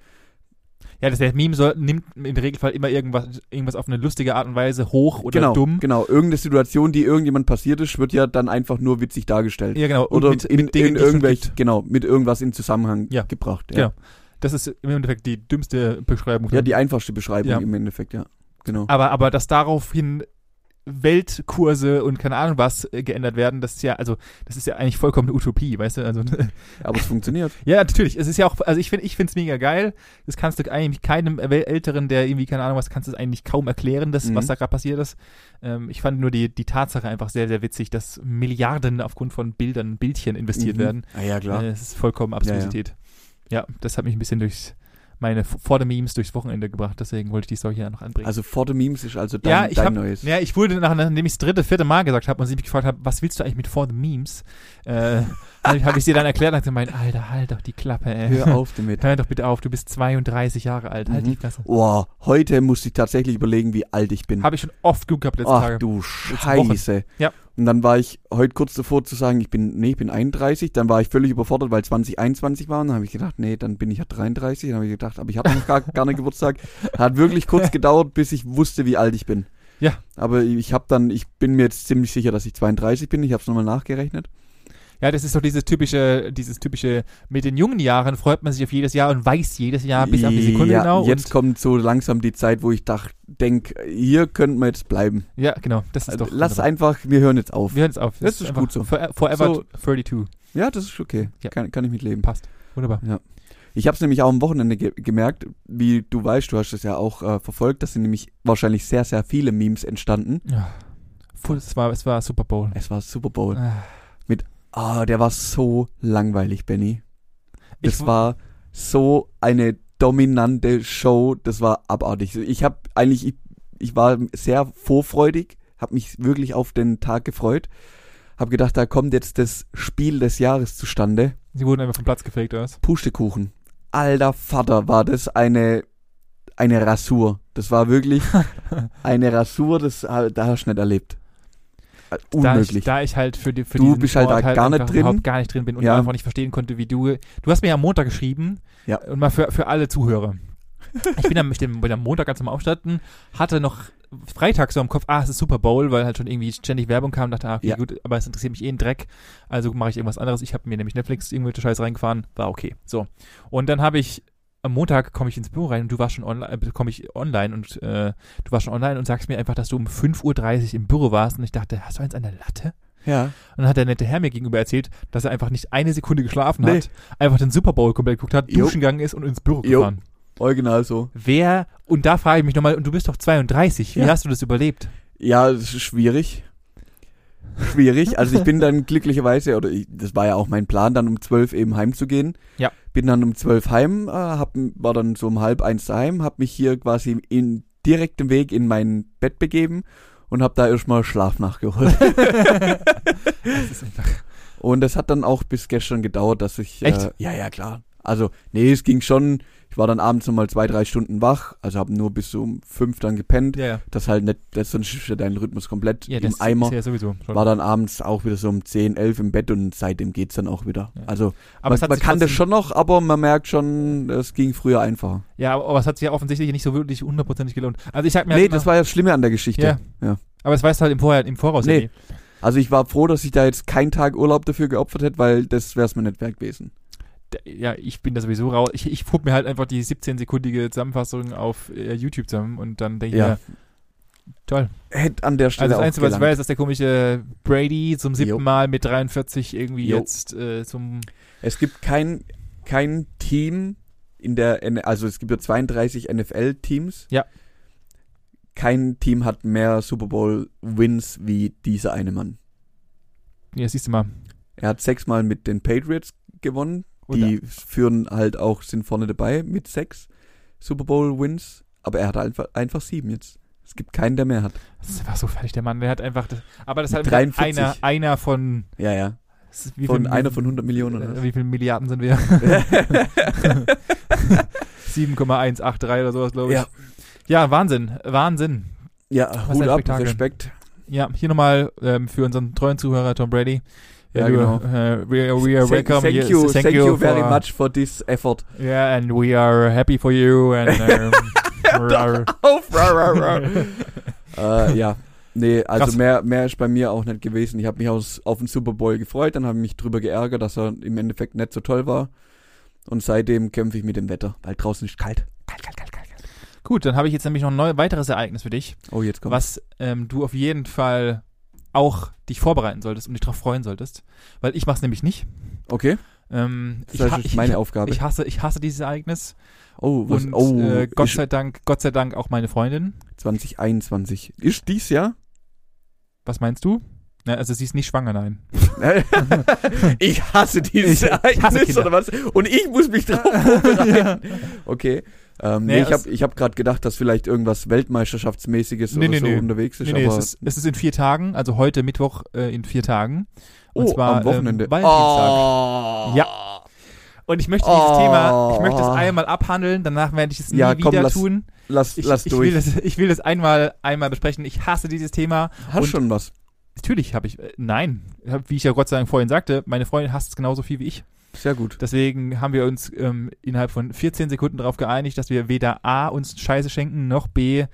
[SPEAKER 3] Ja, das heißt, Meme soll, nimmt im Regelfall immer irgendwas, irgendwas auf eine lustige Art und Weise hoch oder
[SPEAKER 1] genau,
[SPEAKER 3] dumm.
[SPEAKER 1] genau. Irgendeine Situation, die irgendjemand passiert ist, wird ja dann einfach nur witzig dargestellt.
[SPEAKER 3] Ja, genau. Und
[SPEAKER 1] Oder
[SPEAKER 3] mit,
[SPEAKER 1] in,
[SPEAKER 3] mit Dingen,
[SPEAKER 1] in
[SPEAKER 3] die es schon
[SPEAKER 1] irgendwelch,
[SPEAKER 3] gibt.
[SPEAKER 1] genau, mit irgendwas in Zusammenhang
[SPEAKER 3] Ja.
[SPEAKER 1] gebracht. Ja.
[SPEAKER 3] Genau. Das ist im Endeffekt die dümmste Beschreibung.
[SPEAKER 1] ja, die einfachste Beschreibung
[SPEAKER 3] Ja.
[SPEAKER 1] im Endeffekt, ja. Genau.
[SPEAKER 3] aber, aber dass daraufhin Weltkurse und keine Ahnung was äh, geändert werden, das ist ja, also, das ist ja eigentlich vollkommen eine Utopie, weißt du? Also,
[SPEAKER 1] Aber es funktioniert.
[SPEAKER 3] ja, natürlich. Es ist ja auch, also ich finde, ich finde es mega geil. Das kannst du eigentlich keinem Äl- Älteren, der irgendwie, keine Ahnung was, kannst du es eigentlich kaum erklären, das,
[SPEAKER 1] Mhm.
[SPEAKER 3] was da gerade passiert ist. Ähm, ich fand nur die, die Tatsache einfach sehr, sehr witzig, dass Milliarden aufgrund von Bildern, Bildchen investiert
[SPEAKER 1] Mhm.
[SPEAKER 3] werden.
[SPEAKER 1] Ah, ja, klar.
[SPEAKER 3] Äh, das ist vollkommen
[SPEAKER 1] ja.
[SPEAKER 3] Absurdität. Ja, das hat mich ein bisschen durchs, meine vor den Memes durchs Wochenende gebracht, deswegen wollte ich die Story hier noch anbringen.
[SPEAKER 1] Also For the Memes ist also dein,
[SPEAKER 3] Ja, ich
[SPEAKER 1] dein
[SPEAKER 3] hab-
[SPEAKER 1] neues.
[SPEAKER 3] ja, ich wurde, nach, nachdem ich das dritte, vierte Mal gesagt habe und sie mich gefragt habe, was willst du eigentlich mit For the Memes? Äh, habe ich- habe ich sie dann erklärt und habe gemeint, Alter, halt doch die Klappe, ey.
[SPEAKER 1] Hör auf damit.
[SPEAKER 3] Hör doch bitte auf, du bist 32 Jahre alt. Halt
[SPEAKER 1] Mhm.
[SPEAKER 3] die Fresse.
[SPEAKER 1] Boah, heute musste ich tatsächlich überlegen, wie alt ich bin.
[SPEAKER 3] Habe ich schon oft genug gehabt letzte
[SPEAKER 1] Ach
[SPEAKER 3] Tage.
[SPEAKER 1] du
[SPEAKER 3] Wochen.
[SPEAKER 1] Scheiße.
[SPEAKER 3] Ja.
[SPEAKER 1] Und dann war ich heute kurz davor zu sagen, ich bin, nee, ich bin 31. Dann war ich völlig überfordert, weil 2021 war. Und dann habe ich gedacht, nee, dann bin ich ja 33. Dann habe ich gedacht, aber ich hatte noch gar, gar nicht Geburtstag. Hat wirklich kurz gedauert, bis ich wusste, wie alt ich bin.
[SPEAKER 3] Ja.
[SPEAKER 1] Aber ich habe dann, ich bin mir jetzt ziemlich sicher, dass ich 32 bin. Ich habe es nochmal nachgerechnet.
[SPEAKER 3] Ja, das ist doch dieses typische, dieses typische, mit den jungen Jahren freut man sich auf jedes Jahr und weiß jedes Jahr bis auf die Sekunde
[SPEAKER 1] ja,
[SPEAKER 3] genau.
[SPEAKER 1] Jetzt
[SPEAKER 3] und,
[SPEAKER 1] kommt so langsam die Zeit, wo ich dachte, denk, hier könnten wir jetzt bleiben.
[SPEAKER 3] ja, genau, das ist doch.
[SPEAKER 1] Äh, Lass
[SPEAKER 3] wunderbar.
[SPEAKER 1] einfach, wir hören jetzt auf.
[SPEAKER 3] Wir hören jetzt auf.
[SPEAKER 1] Das ist
[SPEAKER 3] einfach
[SPEAKER 1] gut so.
[SPEAKER 3] for- Forever
[SPEAKER 1] So.
[SPEAKER 3] 32.
[SPEAKER 1] Ja, das ist okay.
[SPEAKER 3] Ja.
[SPEAKER 1] Kann, kann ich mitleben.
[SPEAKER 3] Passt. Wunderbar.
[SPEAKER 1] Ich habe es nämlich auch am Wochenende ge gemerkt, wie du weißt, du hast es ja auch äh, verfolgt, dass sind nämlich wahrscheinlich sehr, sehr viele Memes entstanden.
[SPEAKER 3] Ja. Puh, Es war, es war Super Bowl.
[SPEAKER 1] Es war Super Bowl.
[SPEAKER 3] Ah.
[SPEAKER 1] Ah, der war so langweilig, Benny. Das war so eine dominante Show, das war abartig. Ich habe eigentlich, ich, ich war sehr vorfreudig, habe mich wirklich auf den Tag gefreut, habe gedacht, da kommt jetzt das Spiel des Jahres zustande.
[SPEAKER 3] Sie wurden einfach vom Platz gefegt, oder was?
[SPEAKER 1] Pustekuchen. Alter Vater, war das eine, eine Rasur. Das war wirklich eine Rasur, das ha- da hast du nicht erlebt. Äh,
[SPEAKER 3] Da ich,
[SPEAKER 1] Unmöglich.
[SPEAKER 3] da ich halt für, die, für
[SPEAKER 1] Du
[SPEAKER 3] diesen
[SPEAKER 1] bist halt da
[SPEAKER 3] Ort
[SPEAKER 1] gar nicht
[SPEAKER 3] einfach
[SPEAKER 1] drin.
[SPEAKER 3] überhaupt gar nicht drin bin und
[SPEAKER 1] Ja.
[SPEAKER 3] einfach nicht verstehen konnte, wie du. Du hast mir ja am Montag geschrieben
[SPEAKER 1] Ja.
[SPEAKER 3] und mal für, für alle Zuhörer. Ich bin am, ich bin am Montag ganz normal aufstanden, hatte noch Freitag so im Kopf, ah, es ist Super Bowl, weil halt schon irgendwie ständig Werbung kam, dachte, ah, okay,
[SPEAKER 1] Ja.
[SPEAKER 3] gut, aber es interessiert mich eh ein Dreck, also mache ich irgendwas anderes. Ich habe mir nämlich Netflix irgendwelche Scheiß reingefahren, war okay. So. Und dann habe ich am Montag komme ich ins Büro rein und du warst schon online, komme ich online und äh, du warst schon online und sagst mir einfach, dass du um 5.30 Uhr im Büro warst und ich dachte, hast du eins an der Latte?
[SPEAKER 1] ja.
[SPEAKER 3] Und dann hat der nette Herr mir gegenüber erzählt, dass er einfach nicht eine Sekunde geschlafen
[SPEAKER 1] Nee.
[SPEAKER 3] hat, einfach den Super Bowl komplett geguckt hat,
[SPEAKER 1] Jo.
[SPEAKER 3] duschen gegangen ist und ins Büro
[SPEAKER 1] Jo.
[SPEAKER 3] gefahren.
[SPEAKER 1] Original so.
[SPEAKER 3] Wer, und da frage ich mich nochmal, und du bist doch 32, wie
[SPEAKER 1] Ja.
[SPEAKER 3] hast du das überlebt?
[SPEAKER 1] Ja, es ist schwierig. Schwierig. Also ich bin dann glücklicherweise, oder ich, das war ja auch mein Plan, dann um zwölf eben heimzugehen.
[SPEAKER 3] Ja.
[SPEAKER 1] Bin dann um zwölf heim, äh, hab, war dann so um halb eins daheim, hab mich hier quasi in direktem Weg in mein Bett begeben und hab da erstmal Schlaf nachgeholt.
[SPEAKER 3] Das ist einfach,
[SPEAKER 1] und das hat dann auch bis gestern gedauert, dass ich... äh,
[SPEAKER 3] Echt?
[SPEAKER 1] Ja, ja, klar. Also, nee, es ging schon. Ich war dann abends nochmal zwei, drei Stunden wach, also hab nur bis um fünf dann gepennt.
[SPEAKER 3] ja, ja.
[SPEAKER 1] Das halt nicht, das, sonst ist ja dein Rhythmus komplett
[SPEAKER 3] ja
[SPEAKER 1] im
[SPEAKER 3] das
[SPEAKER 1] Eimer.
[SPEAKER 3] ist ja sowieso schon.
[SPEAKER 1] war dann abends auch wieder so um 10, 11 im Bett und seitdem geht's dann auch wieder.
[SPEAKER 3] Ja.
[SPEAKER 1] Also
[SPEAKER 3] aber
[SPEAKER 1] man,
[SPEAKER 3] es hat
[SPEAKER 1] man
[SPEAKER 3] sich
[SPEAKER 1] kann das
[SPEAKER 3] trotzdem-
[SPEAKER 1] schon noch, aber man merkt schon, es ging früher einfacher.
[SPEAKER 3] Ja, aber aber es hat sich ja offensichtlich nicht so wirklich hundertprozentig gelohnt. Also ich sag mir
[SPEAKER 1] nee,
[SPEAKER 3] halt
[SPEAKER 1] das
[SPEAKER 3] immer,
[SPEAKER 1] war ja das Schlimme an der Geschichte.
[SPEAKER 3] Ja. aber es weißt du halt im, Vorher, im Voraus.
[SPEAKER 1] Nee.
[SPEAKER 3] irgendwie.
[SPEAKER 1] Also ich war froh, dass ich da jetzt keinen Tag Urlaub dafür geopfert hätte, weil das wäre es mir nicht wert gewesen.
[SPEAKER 3] D- Ja, ich bin da sowieso raus. Ich, ich guck mir halt einfach die 17-sekundige Zusammenfassung auf äh, YouTube zusammen und dann denke ich
[SPEAKER 1] Ja.
[SPEAKER 3] mir, toll.
[SPEAKER 1] Hätte an der
[SPEAKER 3] Also
[SPEAKER 1] Stelle
[SPEAKER 3] das Einzige,
[SPEAKER 1] auch
[SPEAKER 3] was ich
[SPEAKER 1] gelangt.
[SPEAKER 3] weiß, dass der komische Brady zum siebten
[SPEAKER 1] Jo.
[SPEAKER 3] Mal mit 43 irgendwie
[SPEAKER 1] Jo.
[SPEAKER 3] jetzt äh, zum
[SPEAKER 1] Es gibt kein, kein Team in der, N- also es gibt ja 32 NFL-Teams.
[SPEAKER 3] Ja.
[SPEAKER 1] Kein Team hat mehr Super Bowl-Wins wie dieser eine Mann.
[SPEAKER 3] Ja, siehst du mal.
[SPEAKER 1] Er hat sechsmal mit den Patriots gewonnen,
[SPEAKER 3] Und
[SPEAKER 1] Die führen halt auch, sind vorne dabei mit sechs Super Bowl-Wins, aber er hat einfach, einfach sieben jetzt. Es gibt keinen, der mehr hat.
[SPEAKER 3] Das war so fertig, der Mann. Der hat einfach. Das, aber das hat
[SPEAKER 1] Mit
[SPEAKER 3] halt
[SPEAKER 1] 43.
[SPEAKER 3] einer, einer von.
[SPEAKER 1] Ja, ja.
[SPEAKER 3] Wie
[SPEAKER 1] Von
[SPEAKER 3] viel-
[SPEAKER 1] einer von ne? 100 Millionen.
[SPEAKER 3] äh,
[SPEAKER 1] Oder?
[SPEAKER 3] Wie viele Milliarden sind wir?
[SPEAKER 1] was?
[SPEAKER 3] 7,183 oder sowas, glaube ich.
[SPEAKER 1] Ja.
[SPEAKER 3] ja, Wahnsinn. Wahnsinn.
[SPEAKER 1] ja,
[SPEAKER 3] ein
[SPEAKER 1] Hut ab,
[SPEAKER 3] Spektakel.
[SPEAKER 1] Respekt.
[SPEAKER 3] Ja, hier nochmal ähm, für unseren treuen Zuhörer Tom Brady.
[SPEAKER 1] Ja,
[SPEAKER 3] du,
[SPEAKER 1] genau.
[SPEAKER 3] äh, we are, we are
[SPEAKER 1] thank,
[SPEAKER 3] welcome.
[SPEAKER 1] thank
[SPEAKER 3] Yes,
[SPEAKER 1] you, thank, you
[SPEAKER 3] for-
[SPEAKER 1] very much for this effort.
[SPEAKER 3] Yeah, and we are happy for you. And, ähm, rar.
[SPEAKER 1] Auf, ra, ra, ra. äh, ja, nee,
[SPEAKER 3] Krass.
[SPEAKER 1] also mehr, mehr ist bei mir auch nicht gewesen. Ich habe mich aus, auf den Super Bowl gefreut, dann habe ich mich drüber geärgert, dass er im Endeffekt nicht so toll war. Und seitdem kämpfe ich mit dem Wetter, weil draußen ist kalt. Kalt, kalt, kalt, kalt. kalt.
[SPEAKER 3] Gut, dann habe ich jetzt nämlich noch ein neu, weiteres Ereignis für dich.
[SPEAKER 1] Oh, jetzt kommt.
[SPEAKER 3] was ähm, du auf jeden Fall auch dich vorbereiten solltest und dich darauf freuen solltest, weil ich mache es nämlich nicht.
[SPEAKER 1] Okay.
[SPEAKER 3] Ähm, ich,
[SPEAKER 1] Das
[SPEAKER 3] ha-
[SPEAKER 1] heißt, ist
[SPEAKER 3] ich,
[SPEAKER 1] meine Aufgabe.
[SPEAKER 3] ich hasse, ich hasse dieses Ereignis
[SPEAKER 1] oh, was?
[SPEAKER 3] und
[SPEAKER 1] oh,
[SPEAKER 3] äh, Gott
[SPEAKER 1] ist
[SPEAKER 3] sei Dank, Gott sei Dank auch meine Freundin.
[SPEAKER 1] 2021. Ist dies Jahr?
[SPEAKER 3] Was meinst du? Na, also sie ist nicht schwanger, nein.
[SPEAKER 1] ich hasse dieses
[SPEAKER 3] Ich- ich hasse
[SPEAKER 1] Ereignis
[SPEAKER 3] Kinder.
[SPEAKER 1] oder was? Und ich muss mich drauf vorbereiten. Okay. Ähm,
[SPEAKER 3] Nee,
[SPEAKER 1] nee, ich
[SPEAKER 3] es-
[SPEAKER 1] habe ich hab gerade gedacht, dass vielleicht irgendwas Weltmeisterschaftsmäßiges oder
[SPEAKER 3] Nee, nee,
[SPEAKER 1] so
[SPEAKER 3] nee.
[SPEAKER 1] unterwegs ist.
[SPEAKER 3] Nee, nee, es
[SPEAKER 1] aber
[SPEAKER 3] ist, es ist in vier Tagen, also heute Mittwoch äh, in vier Tagen. und
[SPEAKER 1] oh,
[SPEAKER 3] zwar,
[SPEAKER 1] am Wochenende.
[SPEAKER 3] ähm, Valentinstag.
[SPEAKER 1] Oh.
[SPEAKER 3] Ja. Und ich möchte dieses
[SPEAKER 1] Oh.
[SPEAKER 3] Thema, ich möchte es einmal abhandeln, danach werde ich es nie
[SPEAKER 1] Ja, komm,
[SPEAKER 3] wieder
[SPEAKER 1] lass-
[SPEAKER 3] tun.
[SPEAKER 1] Lass,
[SPEAKER 3] Ich,
[SPEAKER 1] lass
[SPEAKER 3] ich,
[SPEAKER 1] durch.
[SPEAKER 3] Will das, ich will das einmal, einmal besprechen. Ich hasse dieses Thema.
[SPEAKER 1] Hast
[SPEAKER 3] und-
[SPEAKER 1] schon was.
[SPEAKER 3] Natürlich habe ich, äh, nein, hab, wie ich ja Gott sei Dank vorhin sagte, meine Freundin hasst es genauso viel wie ich.
[SPEAKER 1] Sehr gut.
[SPEAKER 3] Deswegen haben wir uns ähm, innerhalb von 14 Sekunden darauf geeinigt, dass wir weder A, uns Scheiße schenken, noch B,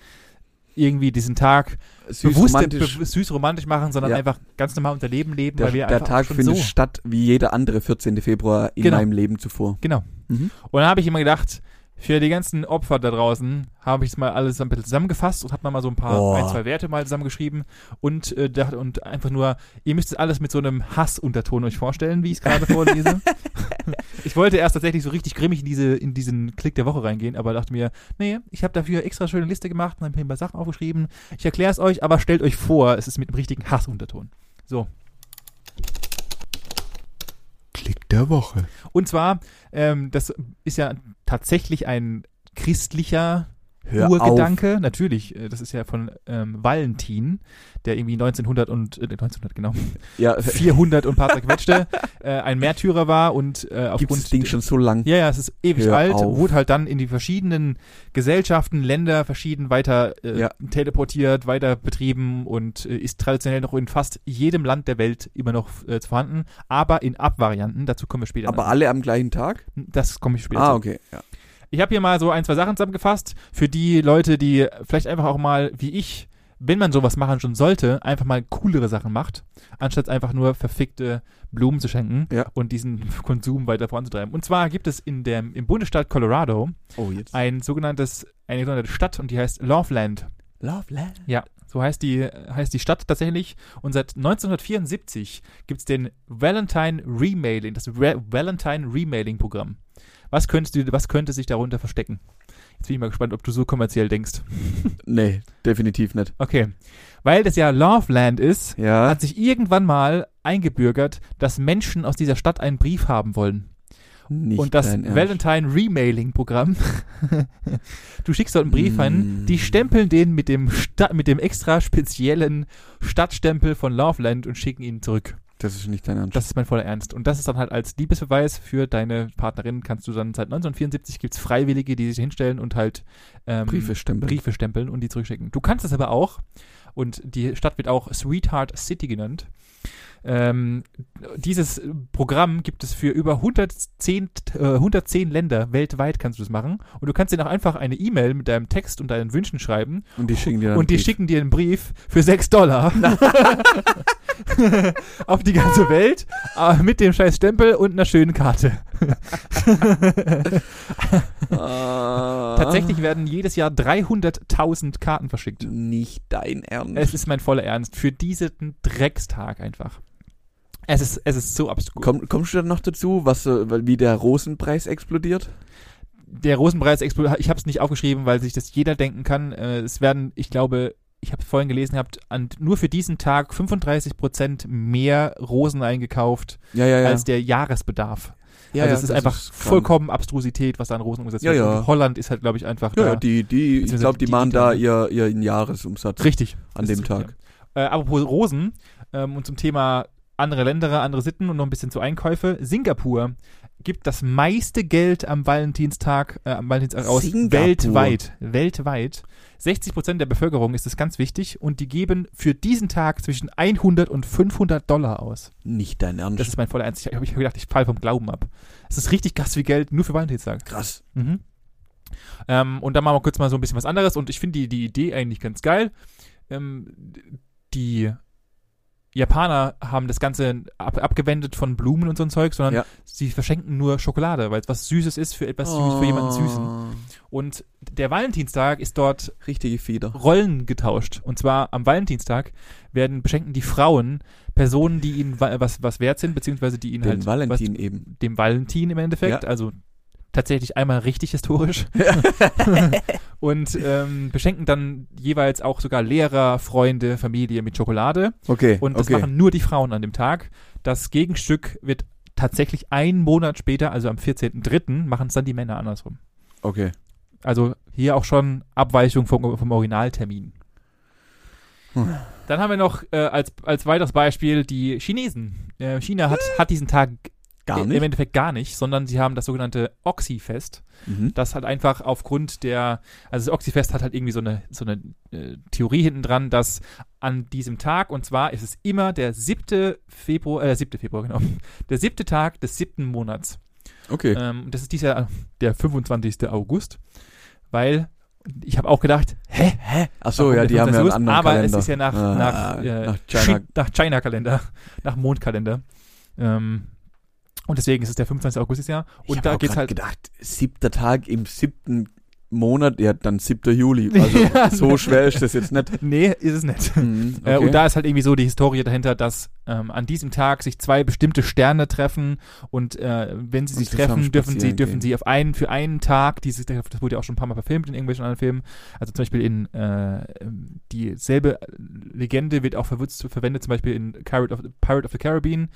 [SPEAKER 3] irgendwie diesen Tag
[SPEAKER 1] Süß,
[SPEAKER 3] bewusst
[SPEAKER 1] romantisch.
[SPEAKER 3] be süß romantisch machen, sondern
[SPEAKER 1] Ja.
[SPEAKER 3] einfach ganz normal unser Leben leben,
[SPEAKER 1] Der,
[SPEAKER 3] weil wir
[SPEAKER 1] der
[SPEAKER 3] einfach
[SPEAKER 1] Tag
[SPEAKER 3] schon
[SPEAKER 1] findet
[SPEAKER 3] so.
[SPEAKER 1] statt wie jeder andere 14. Februar in
[SPEAKER 3] Genau.
[SPEAKER 1] meinem Leben zuvor.
[SPEAKER 3] Genau.
[SPEAKER 1] Mhm.
[SPEAKER 3] Und dann habe ich immer gedacht, für die ganzen Opfer da draußen habe ich es mal alles ein bisschen zusammengefasst und habe mal so ein paar,
[SPEAKER 1] Oh.
[SPEAKER 3] ein, zwei Werte mal zusammengeschrieben und, äh, dachte- und einfach nur, ihr müsst es alles mit so einem Hassunterton euch vorstellen, wie ich es gerade vorlese. ich wollte erst tatsächlich so richtig grimmig in, diese, in diesen Klick der Woche reingehen, aber dachte mir, nee, ich habe dafür extra schöne Liste gemacht und habe mir ein paar Sachen aufgeschrieben. Ich erkläre es euch, aber stellt euch vor, es ist mit dem richtigen Hassunterton.
[SPEAKER 1] Klick
[SPEAKER 2] der Woche.
[SPEAKER 3] Und zwar, ähm, das ist ja tatsächlich ein christlicher
[SPEAKER 1] Hör
[SPEAKER 3] Urgedanke, natürlich, äh, das ist ja von ähm, Valentin, der irgendwie 1900 und, äh, 1900 genau,
[SPEAKER 1] auf. Ja,
[SPEAKER 3] 400 und ein paar zerquetschte, äh, ein Märtyrer war und äh,
[SPEAKER 1] gibt
[SPEAKER 3] aufgrund
[SPEAKER 1] das Ding schon so lang.
[SPEAKER 3] Ja, ja, es ist ewig
[SPEAKER 1] Hör
[SPEAKER 3] alt,
[SPEAKER 1] auf.
[SPEAKER 3] wurde halt dann in die verschiedenen Gesellschaften, Länder verschieden weiter äh,
[SPEAKER 1] Ja.
[SPEAKER 3] teleportiert, weiter betrieben und äh, ist traditionell noch in fast jedem Land der Welt immer noch äh, vorhanden, aber in Abvarianten. Dazu kommen wir später.
[SPEAKER 1] Aber alle am gleichen Tag?
[SPEAKER 3] das komme ich später.
[SPEAKER 1] Ah,
[SPEAKER 3] zu.
[SPEAKER 1] okay. Ja.
[SPEAKER 3] Ich habe hier mal so ein, zwei Sachen zusammengefasst für die Leute, die vielleicht einfach auch mal, wie ich, wenn man sowas machen schon sollte, einfach mal coolere Sachen macht, anstatt einfach nur verfickte Blumen zu schenken
[SPEAKER 1] Ja.
[SPEAKER 3] und diesen Konsum weiter voranzutreiben. Und zwar gibt es in dem, im Bundesstaat Colorado
[SPEAKER 1] Oh, jetzt.
[SPEAKER 3] ein sogenanntes, eine sogenannte Stadt und die heißt Loveland.
[SPEAKER 1] Loveland.
[SPEAKER 3] Ja, so heißt die, heißt die Stadt tatsächlich. Und seit 1974 gibt es den Valentine Remailing, das Re Valentine Remailing Programm. Was, könntest du, was könnte sich darunter verstecken? Jetzt bin ich mal gespannt, ob du so kommerziell denkst.
[SPEAKER 1] Nee, definitiv nicht.
[SPEAKER 3] Okay. Weil das ja Loveland ist,
[SPEAKER 1] Ja.
[SPEAKER 3] hat sich irgendwann mal eingebürgert, dass Menschen aus dieser Stadt einen Brief haben wollen.
[SPEAKER 1] Nicht
[SPEAKER 3] Und das
[SPEAKER 1] dein Ernst.
[SPEAKER 3] Valentine Remailing Programm. du schickst dort einen Brief hin,
[SPEAKER 1] Mm.
[SPEAKER 3] die stempeln den mit dem, Sta mit dem extra speziellen Stadtstempel von Loveland und schicken ihn zurück.
[SPEAKER 1] Das ist nicht dein Ernst.
[SPEAKER 3] Das ist mein voller Ernst. Und das ist dann halt als Liebesbeweis für deine Partnerin, kannst du dann seit 1974 gibt's Freiwillige, die sich hinstellen und halt ähm,
[SPEAKER 1] Briefe stempeln.
[SPEAKER 3] Briefe stempeln und die zurückschicken. Du kannst das aber auch, und die Stadt wird auch Sweetheart City genannt. Ähm, dieses Programm gibt es für über 110, äh, 110 Länder weltweit kannst du das machen. Und du kannst dir auch einfach eine E-Mail mit deinem Text und deinen Wünschen schreiben
[SPEAKER 1] Und die schicken dir dann
[SPEAKER 3] und die
[SPEAKER 1] einen Brief.
[SPEAKER 3] schicken dir einen Brief für 6 Dollar. Auf die ganze Welt äh, mit dem scheiß Stempel und einer schönen Karte.
[SPEAKER 1] Ah.
[SPEAKER 3] Tatsächlich werden jedes Jahr 300.000 Karten verschickt.
[SPEAKER 1] Nicht dein Ernst.
[SPEAKER 3] Es ist mein voller Ernst. Für diesen Dreckstag einfach. Es ist, es ist so absurd.
[SPEAKER 1] Komm, kommst du dann noch dazu, was, äh, weil- wie der Rosenpreis explodiert?
[SPEAKER 3] Der Rosenpreis explodiert. Ich habe es nicht aufgeschrieben, weil sich das jeder denken kann. Äh, Es werden, ich glaube, ich habe vorhin gelesen gehabt, an, nur für diesen Tag 35% mehr Rosen eingekauft
[SPEAKER 1] Ja, ja, ja.
[SPEAKER 3] als der Jahresbedarf.
[SPEAKER 1] ja,
[SPEAKER 3] also
[SPEAKER 1] ja,
[SPEAKER 3] es ist einfach
[SPEAKER 1] krank.
[SPEAKER 3] vollkommen Abstrusität, was da an Rosen umgesetzt
[SPEAKER 1] Ja,
[SPEAKER 3] wird.
[SPEAKER 1] ja.
[SPEAKER 3] Und Holland ist halt, glaube ich, einfach
[SPEAKER 1] Ja,
[SPEAKER 3] da.
[SPEAKER 1] ja, die, die, ich
[SPEAKER 3] Beziehungsweise
[SPEAKER 1] glaube, die,
[SPEAKER 3] die-
[SPEAKER 1] machen
[SPEAKER 3] die-
[SPEAKER 1] da ihr, ihr ihren Jahresumsatz
[SPEAKER 3] richtig.
[SPEAKER 1] an
[SPEAKER 3] Das
[SPEAKER 1] dem
[SPEAKER 3] ist-
[SPEAKER 1] Tag.
[SPEAKER 3] Äh, apropos Rosen ähm, und zum Thema andere Länder, andere Sitten und noch ein bisschen zu Einkäufe. Singapur gibt das meiste Geld am Valentinstag, äh, am Valentinstag aus
[SPEAKER 1] Singapur.
[SPEAKER 3] weltweit. Weltweit. 60 Prozent der Bevölkerung ist das ganz wichtig und die geben für diesen Tag zwischen 100 und 500 Dollar aus.
[SPEAKER 1] Nicht dein Ernst.
[SPEAKER 3] Das ist mein voller Ernst. Ich habe hab gedacht, ich falle vom Glauben ab. Es ist richtig krass viel Geld nur für Valentinstag.
[SPEAKER 1] krass.
[SPEAKER 3] Mhm. Ähm, und dann machen wir kurz mal so ein bisschen was anderes und ich finde die, die Idee eigentlich ganz geil. Ähm, die Japaner haben das Ganze ab, abgewendet von Blumen und so ein Zeug, sondern
[SPEAKER 1] Ja.
[SPEAKER 3] sie verschenken nur Schokolade, weil es was Süßes ist für etwas Süß, für jemanden
[SPEAKER 1] Oh.
[SPEAKER 3] Süßen. Und der Valentinstag ist dort
[SPEAKER 1] Ah, Richtige Feder.
[SPEAKER 3] Rollen getauscht. Und zwar am Valentinstag werden beschenken die Frauen Personen, die ihnen wa- was, was wert sind, beziehungsweise die ihnen
[SPEAKER 1] Den
[SPEAKER 3] halt was
[SPEAKER 1] Valentin eben.
[SPEAKER 3] dem Valentin im Endeffekt,
[SPEAKER 1] Ja.
[SPEAKER 3] also tatsächlich einmal richtig historisch. und ähm, beschenken dann jeweils auch sogar Lehrer, Freunde, Familie mit Schokolade.
[SPEAKER 1] Okay,
[SPEAKER 3] Und das
[SPEAKER 1] okay.
[SPEAKER 3] machen nur die Frauen an dem Tag. Das Gegenstück wird tatsächlich einen Monat später, also am 14.03., machen es dann die Männer andersrum.
[SPEAKER 1] okay.
[SPEAKER 3] Also hier auch schon Abweichung vom, vom Originaltermin.
[SPEAKER 1] Hm.
[SPEAKER 3] Dann haben wir noch äh, als, als weiteres Beispiel die Chinesen. Äh, China hat, hat diesen Tag
[SPEAKER 1] Gar
[SPEAKER 3] im
[SPEAKER 1] nicht.
[SPEAKER 3] Endeffekt gar nicht, sondern sie haben das sogenannte Oxy-Fest.
[SPEAKER 1] Mhm.
[SPEAKER 3] Das halt einfach aufgrund der, also das Oxy-Fest hat halt irgendwie so eine, so eine äh, Theorie hinten dran, dass an diesem Tag, und zwar ist es immer der 7. Februar, äh, der 7. Februar, genau, der siebte Tag des siebten Monats.
[SPEAKER 1] Okay.
[SPEAKER 3] Ähm, das ist dieser, der 25. August, weil ich habe auch gedacht, hä, hä?
[SPEAKER 1] Ach so,
[SPEAKER 3] warum
[SPEAKER 1] ja,
[SPEAKER 3] der
[SPEAKER 1] die haben ja einen
[SPEAKER 3] 25.
[SPEAKER 1] anderen
[SPEAKER 3] Aber
[SPEAKER 1] Kalender.
[SPEAKER 3] es ist ja nach,
[SPEAKER 1] Ah,
[SPEAKER 3] nach, äh,
[SPEAKER 1] nach China.
[SPEAKER 3] Chi- nach China-Kalender, nach Mondkalender. Ähm, und deswegen ist es der 25. August ist ja.
[SPEAKER 1] Ich hab
[SPEAKER 3] Und da
[SPEAKER 1] auch
[SPEAKER 3] geht's
[SPEAKER 1] grad
[SPEAKER 3] halt.
[SPEAKER 1] gedacht, siebter Tag im siebten Monat, ja, dann siebter Juli. Also
[SPEAKER 3] Ja,
[SPEAKER 1] so
[SPEAKER 3] ne.
[SPEAKER 1] schwer ist das jetzt nicht.
[SPEAKER 3] Nee, ist es nicht.
[SPEAKER 1] Mhm,
[SPEAKER 3] Äh,
[SPEAKER 1] okay.
[SPEAKER 3] und da ist halt irgendwie so die Historie dahinter, dass ähm, an diesem Tag sich zwei bestimmte Sterne treffen und äh, wenn sie
[SPEAKER 1] Und
[SPEAKER 3] sich
[SPEAKER 1] zusammen
[SPEAKER 3] treffen, dürfen sie,
[SPEAKER 1] spazieren
[SPEAKER 3] dürfen
[SPEAKER 1] gehen.
[SPEAKER 3] sie auf einen für einen Tag, dieses, das wurde ja auch schon ein paar Mal verfilmt in irgendwelchen anderen Filmen, also zum Beispiel in äh, ähm, dieselbe Legende wird auch verwutzt, verwendet, zum Beispiel in Pirate of, Pirate of the Caribbean,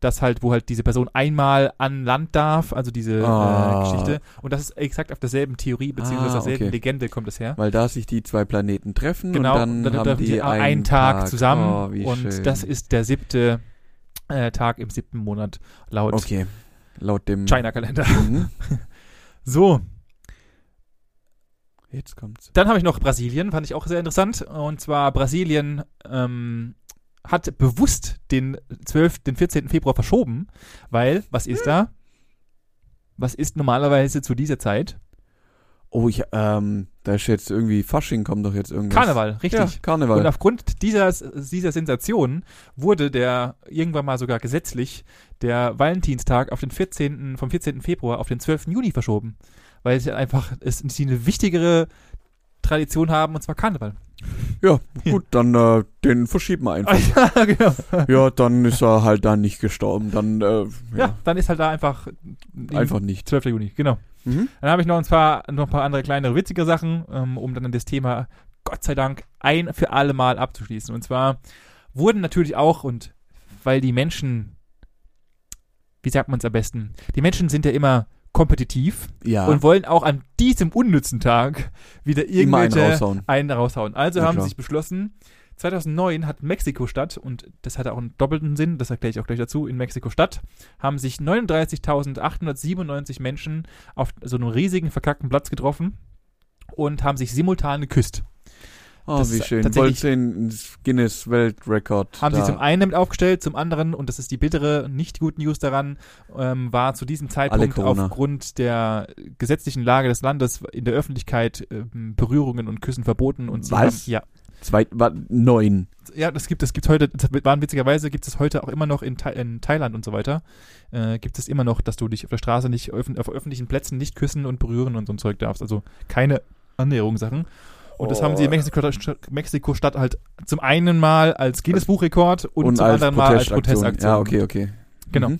[SPEAKER 3] das halt, wo halt diese Person einmal an Land darf, also diese
[SPEAKER 1] Ah.
[SPEAKER 3] äh, Geschichte. Und das ist exakt auf derselben Theorie,
[SPEAKER 1] Ah,
[SPEAKER 3] beziehungsweise auf derselben
[SPEAKER 1] okay.
[SPEAKER 3] Legende kommt es her.
[SPEAKER 1] Weil da sich die zwei Planeten treffen
[SPEAKER 3] Genau,
[SPEAKER 1] und dann, haben
[SPEAKER 3] dürfen
[SPEAKER 1] die
[SPEAKER 3] sie
[SPEAKER 1] einen,
[SPEAKER 3] einen Tag, zusammen
[SPEAKER 1] Oh, wie
[SPEAKER 3] und
[SPEAKER 1] schön.
[SPEAKER 3] das ist der siebte äh, Tag im siebten Monat laut
[SPEAKER 1] okay. Laut dem
[SPEAKER 3] China-Kalender.
[SPEAKER 1] Mhm.
[SPEAKER 3] So,
[SPEAKER 1] Jetzt kommt's.
[SPEAKER 3] dann habe ich noch Brasilien, fand ich auch sehr interessant. Und zwar Brasilien ähm, hat bewusst den 12., den 14. Februar verschoben, weil, was
[SPEAKER 1] Hm.
[SPEAKER 3] ist da? Was ist normalerweise zu dieser Zeit?
[SPEAKER 1] Oh, ich, ähm, da ist jetzt irgendwie Fasching, kommt doch jetzt irgendwas.
[SPEAKER 3] Karneval, richtig.
[SPEAKER 1] Ja, Karneval.
[SPEAKER 3] Und aufgrund dieser, dieser Sensation wurde der irgendwann mal sogar gesetzlich der Valentinstag auf den 14., vom 14. Februar auf den 12. Juni verschoben. Weil sie einfach es, sie eine wichtigere Tradition haben und zwar Karneval.
[SPEAKER 1] Ja, gut, dann äh, den verschieben wir einfach.
[SPEAKER 3] ja, genau.
[SPEAKER 1] ja, dann ist er halt da nicht gestorben. Dann äh,
[SPEAKER 3] ja,
[SPEAKER 1] ja,
[SPEAKER 3] dann ist halt da einfach,
[SPEAKER 1] einfach nicht.
[SPEAKER 3] 12. Juni, genau.
[SPEAKER 1] Mhm.
[SPEAKER 3] Dann habe ich noch ein paar, noch ein paar andere kleinere witzige Sachen, ähm, um dann das Thema Gott sei Dank ein für alle Mal abzuschließen. Und zwar wurden natürlich auch, und weil die Menschen, wie sagt man es am besten, die Menschen sind ja immer kompetitiv
[SPEAKER 1] Ja,
[SPEAKER 3] und wollen auch an diesem unnützen Tag wieder
[SPEAKER 1] immer einen
[SPEAKER 3] irgendwelche
[SPEAKER 1] raushauen.
[SPEAKER 3] einen raushauen. Also
[SPEAKER 1] Na
[SPEAKER 3] haben
[SPEAKER 1] klar.
[SPEAKER 3] sie sich beschlossen, 2009 hat Mexiko-Stadt, und das hatte auch einen doppelten Sinn, das erkläre ich auch gleich dazu, in Mexiko-Stadt haben sich 39.897 Menschen auf so einem riesigen, verkackten Platz getroffen und haben sich simultan geküsst.
[SPEAKER 1] Oh,
[SPEAKER 3] das
[SPEAKER 1] wie
[SPEAKER 3] ist
[SPEAKER 1] schön.
[SPEAKER 3] tatsächlich-
[SPEAKER 1] Wollt den Guinness Weltrekord.
[SPEAKER 3] Haben
[SPEAKER 1] da.
[SPEAKER 3] sie zum einen damit aufgestellt, zum anderen, und das ist die bittere, nicht gute News daran, ähm, war zu diesem Zeitpunkt
[SPEAKER 1] Corona.
[SPEAKER 3] aufgrund der gesetzlichen Lage des Landes in der Öffentlichkeit ähm, Berührungen und Küssen verboten und sie
[SPEAKER 1] Was?
[SPEAKER 3] haben, ja,
[SPEAKER 1] Zwei, wa- neun.
[SPEAKER 3] ja, das gibt, das gibt heute, das waren witzigerweise, gibt es heute auch immer noch in, Thai- in Thailand und so weiter, äh, gibt es immer noch, dass du dich auf der Straße nicht, öffn- auf öffentlichen Plätzen nicht küssen und berühren und so ein Zeug darfst. Also keine Annäherungssachen. Und das haben sie in Mexiko-Stadt Mexiko Stadt halt zum einen Mal als Guinness-Buchrekord und, zum
[SPEAKER 1] als
[SPEAKER 3] anderen Mal als Protestaktion.
[SPEAKER 1] Ja, okay, okay.
[SPEAKER 3] Genau.
[SPEAKER 1] Mhm.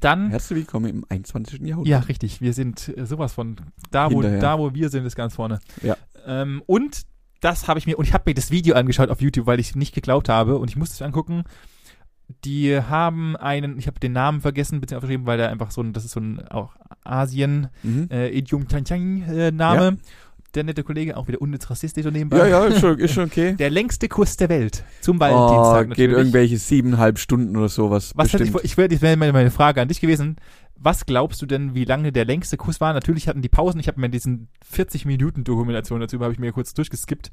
[SPEAKER 3] Dann,
[SPEAKER 1] Herzlich willkommen im 21. Jahrhundert.
[SPEAKER 3] ja, richtig, wir sind äh, sowas von, da wo,
[SPEAKER 1] Hinterher.
[SPEAKER 3] da wo wir sind, ist ganz vorne.
[SPEAKER 1] Ja.
[SPEAKER 3] Ähm, und das habe ich mir, und ich habe mir das Video angeschaut auf YouTube, weil ich es nicht geglaubt habe und ich musste es angucken. Die haben einen, ich habe den Namen vergessen, beziehungsweise aufgeschrieben, weil der einfach so ein, das ist so ein auch Asien-Idiom-Name.
[SPEAKER 1] Mhm.
[SPEAKER 3] Äh, Idiom Chang Chang, äh, Name. Der nette Kollege, auch wieder unnütz rassistisch so nebenbei.
[SPEAKER 1] Ja, ja, ist schon, ist schon okay.
[SPEAKER 3] Der längste Kuss der Welt. Zum Valentinstag
[SPEAKER 1] oh, geht irgendwelche siebeneinhalb Stunden oder sowas.
[SPEAKER 3] Was hat, ich
[SPEAKER 1] bestimmt.
[SPEAKER 3] ich wäre das wäre meine meine Frage an dich gewesen. Was glaubst du denn, wie lange der längste Kuss war? Natürlich hatten die Pausen. Ich habe mir diesen 40 Minuten Dokumentation dazu habe ich mir kurz durchgeskippt.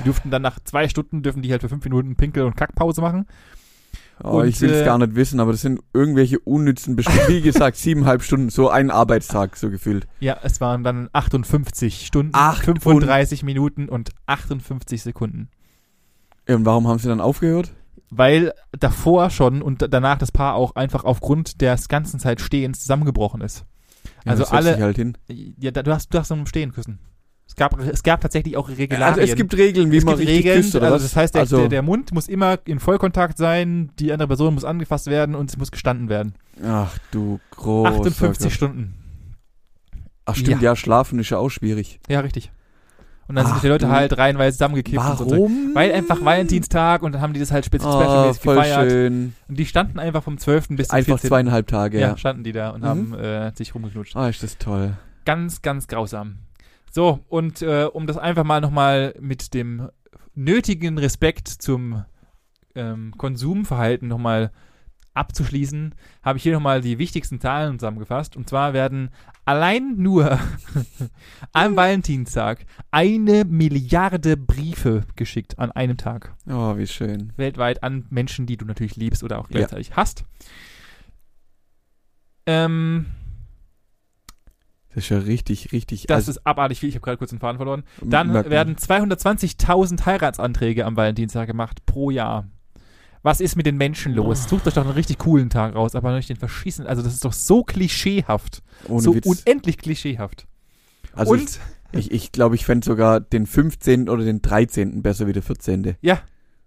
[SPEAKER 3] Die durften dann nach zwei Stunden dürfen die halt für fünf Minuten Pinkel und Kackpause machen.
[SPEAKER 1] oh,
[SPEAKER 3] und,
[SPEAKER 1] ich will es
[SPEAKER 3] äh,
[SPEAKER 1] gar nicht wissen, aber das sind irgendwelche unnützen bestimmt. Wie gesagt, siebeneinhalb Stunden, so ein Arbeitstag so gefühlt.
[SPEAKER 3] Ja, es waren dann 58 Stunden,
[SPEAKER 1] Acht
[SPEAKER 3] 35 Minuten und 58 Sekunden.
[SPEAKER 1] Ja, Und warum haben sie dann aufgehört?
[SPEAKER 3] Weil davor schon und da- danach das Paar auch einfach aufgrund des ganzen Zeit Stehens zusammengebrochen ist.
[SPEAKER 1] Ja,
[SPEAKER 3] Also
[SPEAKER 1] das setzt
[SPEAKER 3] alle-
[SPEAKER 1] sich Halt hin.
[SPEAKER 3] Ja, da- du hast, du hast so einen Stehen küssen. Es gab, es gab tatsächlich auch
[SPEAKER 1] Also
[SPEAKER 3] Regularien.
[SPEAKER 1] es gibt Regeln, wie
[SPEAKER 3] es
[SPEAKER 1] man
[SPEAKER 3] gibt
[SPEAKER 1] richtig
[SPEAKER 3] Regeln,
[SPEAKER 1] küsst oder
[SPEAKER 3] also
[SPEAKER 1] was?
[SPEAKER 3] das heißt, der,
[SPEAKER 1] also,
[SPEAKER 3] der, der Mund muss immer in Vollkontakt sein, die andere Person muss angefasst werden und es muss gestanden werden.
[SPEAKER 1] ach du groß.
[SPEAKER 3] 58 Stunden.
[SPEAKER 1] Ach stimmt, ja. schlafen ist ja auch schwierig.
[SPEAKER 3] Ja, richtig. Und dann
[SPEAKER 1] Ach,
[SPEAKER 3] sind die Leute
[SPEAKER 1] du-
[SPEAKER 3] halt reihenweise zusammengekippt. Und so. Weil einfach Valentinstag und dann haben die das halt spezi-
[SPEAKER 1] Oh,
[SPEAKER 3] specialmäßig
[SPEAKER 1] voll
[SPEAKER 3] gefeiert.
[SPEAKER 1] schön.
[SPEAKER 3] Und die standen einfach vom 12. bis zum
[SPEAKER 1] Einfach
[SPEAKER 3] 14.
[SPEAKER 1] zweieinhalb Tage, ja.
[SPEAKER 3] ja, standen die da und
[SPEAKER 1] Mhm.
[SPEAKER 3] haben äh, sich rumgeknutscht.
[SPEAKER 1] Ah, ist das toll.
[SPEAKER 3] Ganz, ganz grausam. So, und äh, um das einfach mal nochmal mit dem nötigen Respekt zum ähm, Konsumverhalten nochmal abzuschließen, habe ich hier nochmal die wichtigsten Zahlen zusammengefasst. Und zwar werden allein nur am Valentinstag eine Milliarde Briefe geschickt an einem Tag.
[SPEAKER 1] Oh, wie schön.
[SPEAKER 3] Weltweit an Menschen, die du natürlich liebst oder auch
[SPEAKER 1] Ja.
[SPEAKER 3] gleichzeitig hast. Ähm,
[SPEAKER 1] Das ist ja richtig, richtig.
[SPEAKER 3] das
[SPEAKER 1] also,
[SPEAKER 3] ist abartig viel. Ich habe gerade kurz den Faden verloren. Dann werden 220.000 Heiratsanträge am Valentinstag gemacht pro Jahr. Was ist mit den Menschen
[SPEAKER 1] Oh.
[SPEAKER 3] los? Sucht euch doch einen richtig coolen Tag raus, aber nicht den verschießen. Also das ist doch so klischeehaft.
[SPEAKER 1] Ohne
[SPEAKER 3] so
[SPEAKER 1] Witz.
[SPEAKER 3] unendlich klischeehaft.
[SPEAKER 1] also
[SPEAKER 3] Und
[SPEAKER 1] ich ich, ich, glaube, ich fände sogar den 15. oder den 13. besser wie der 14.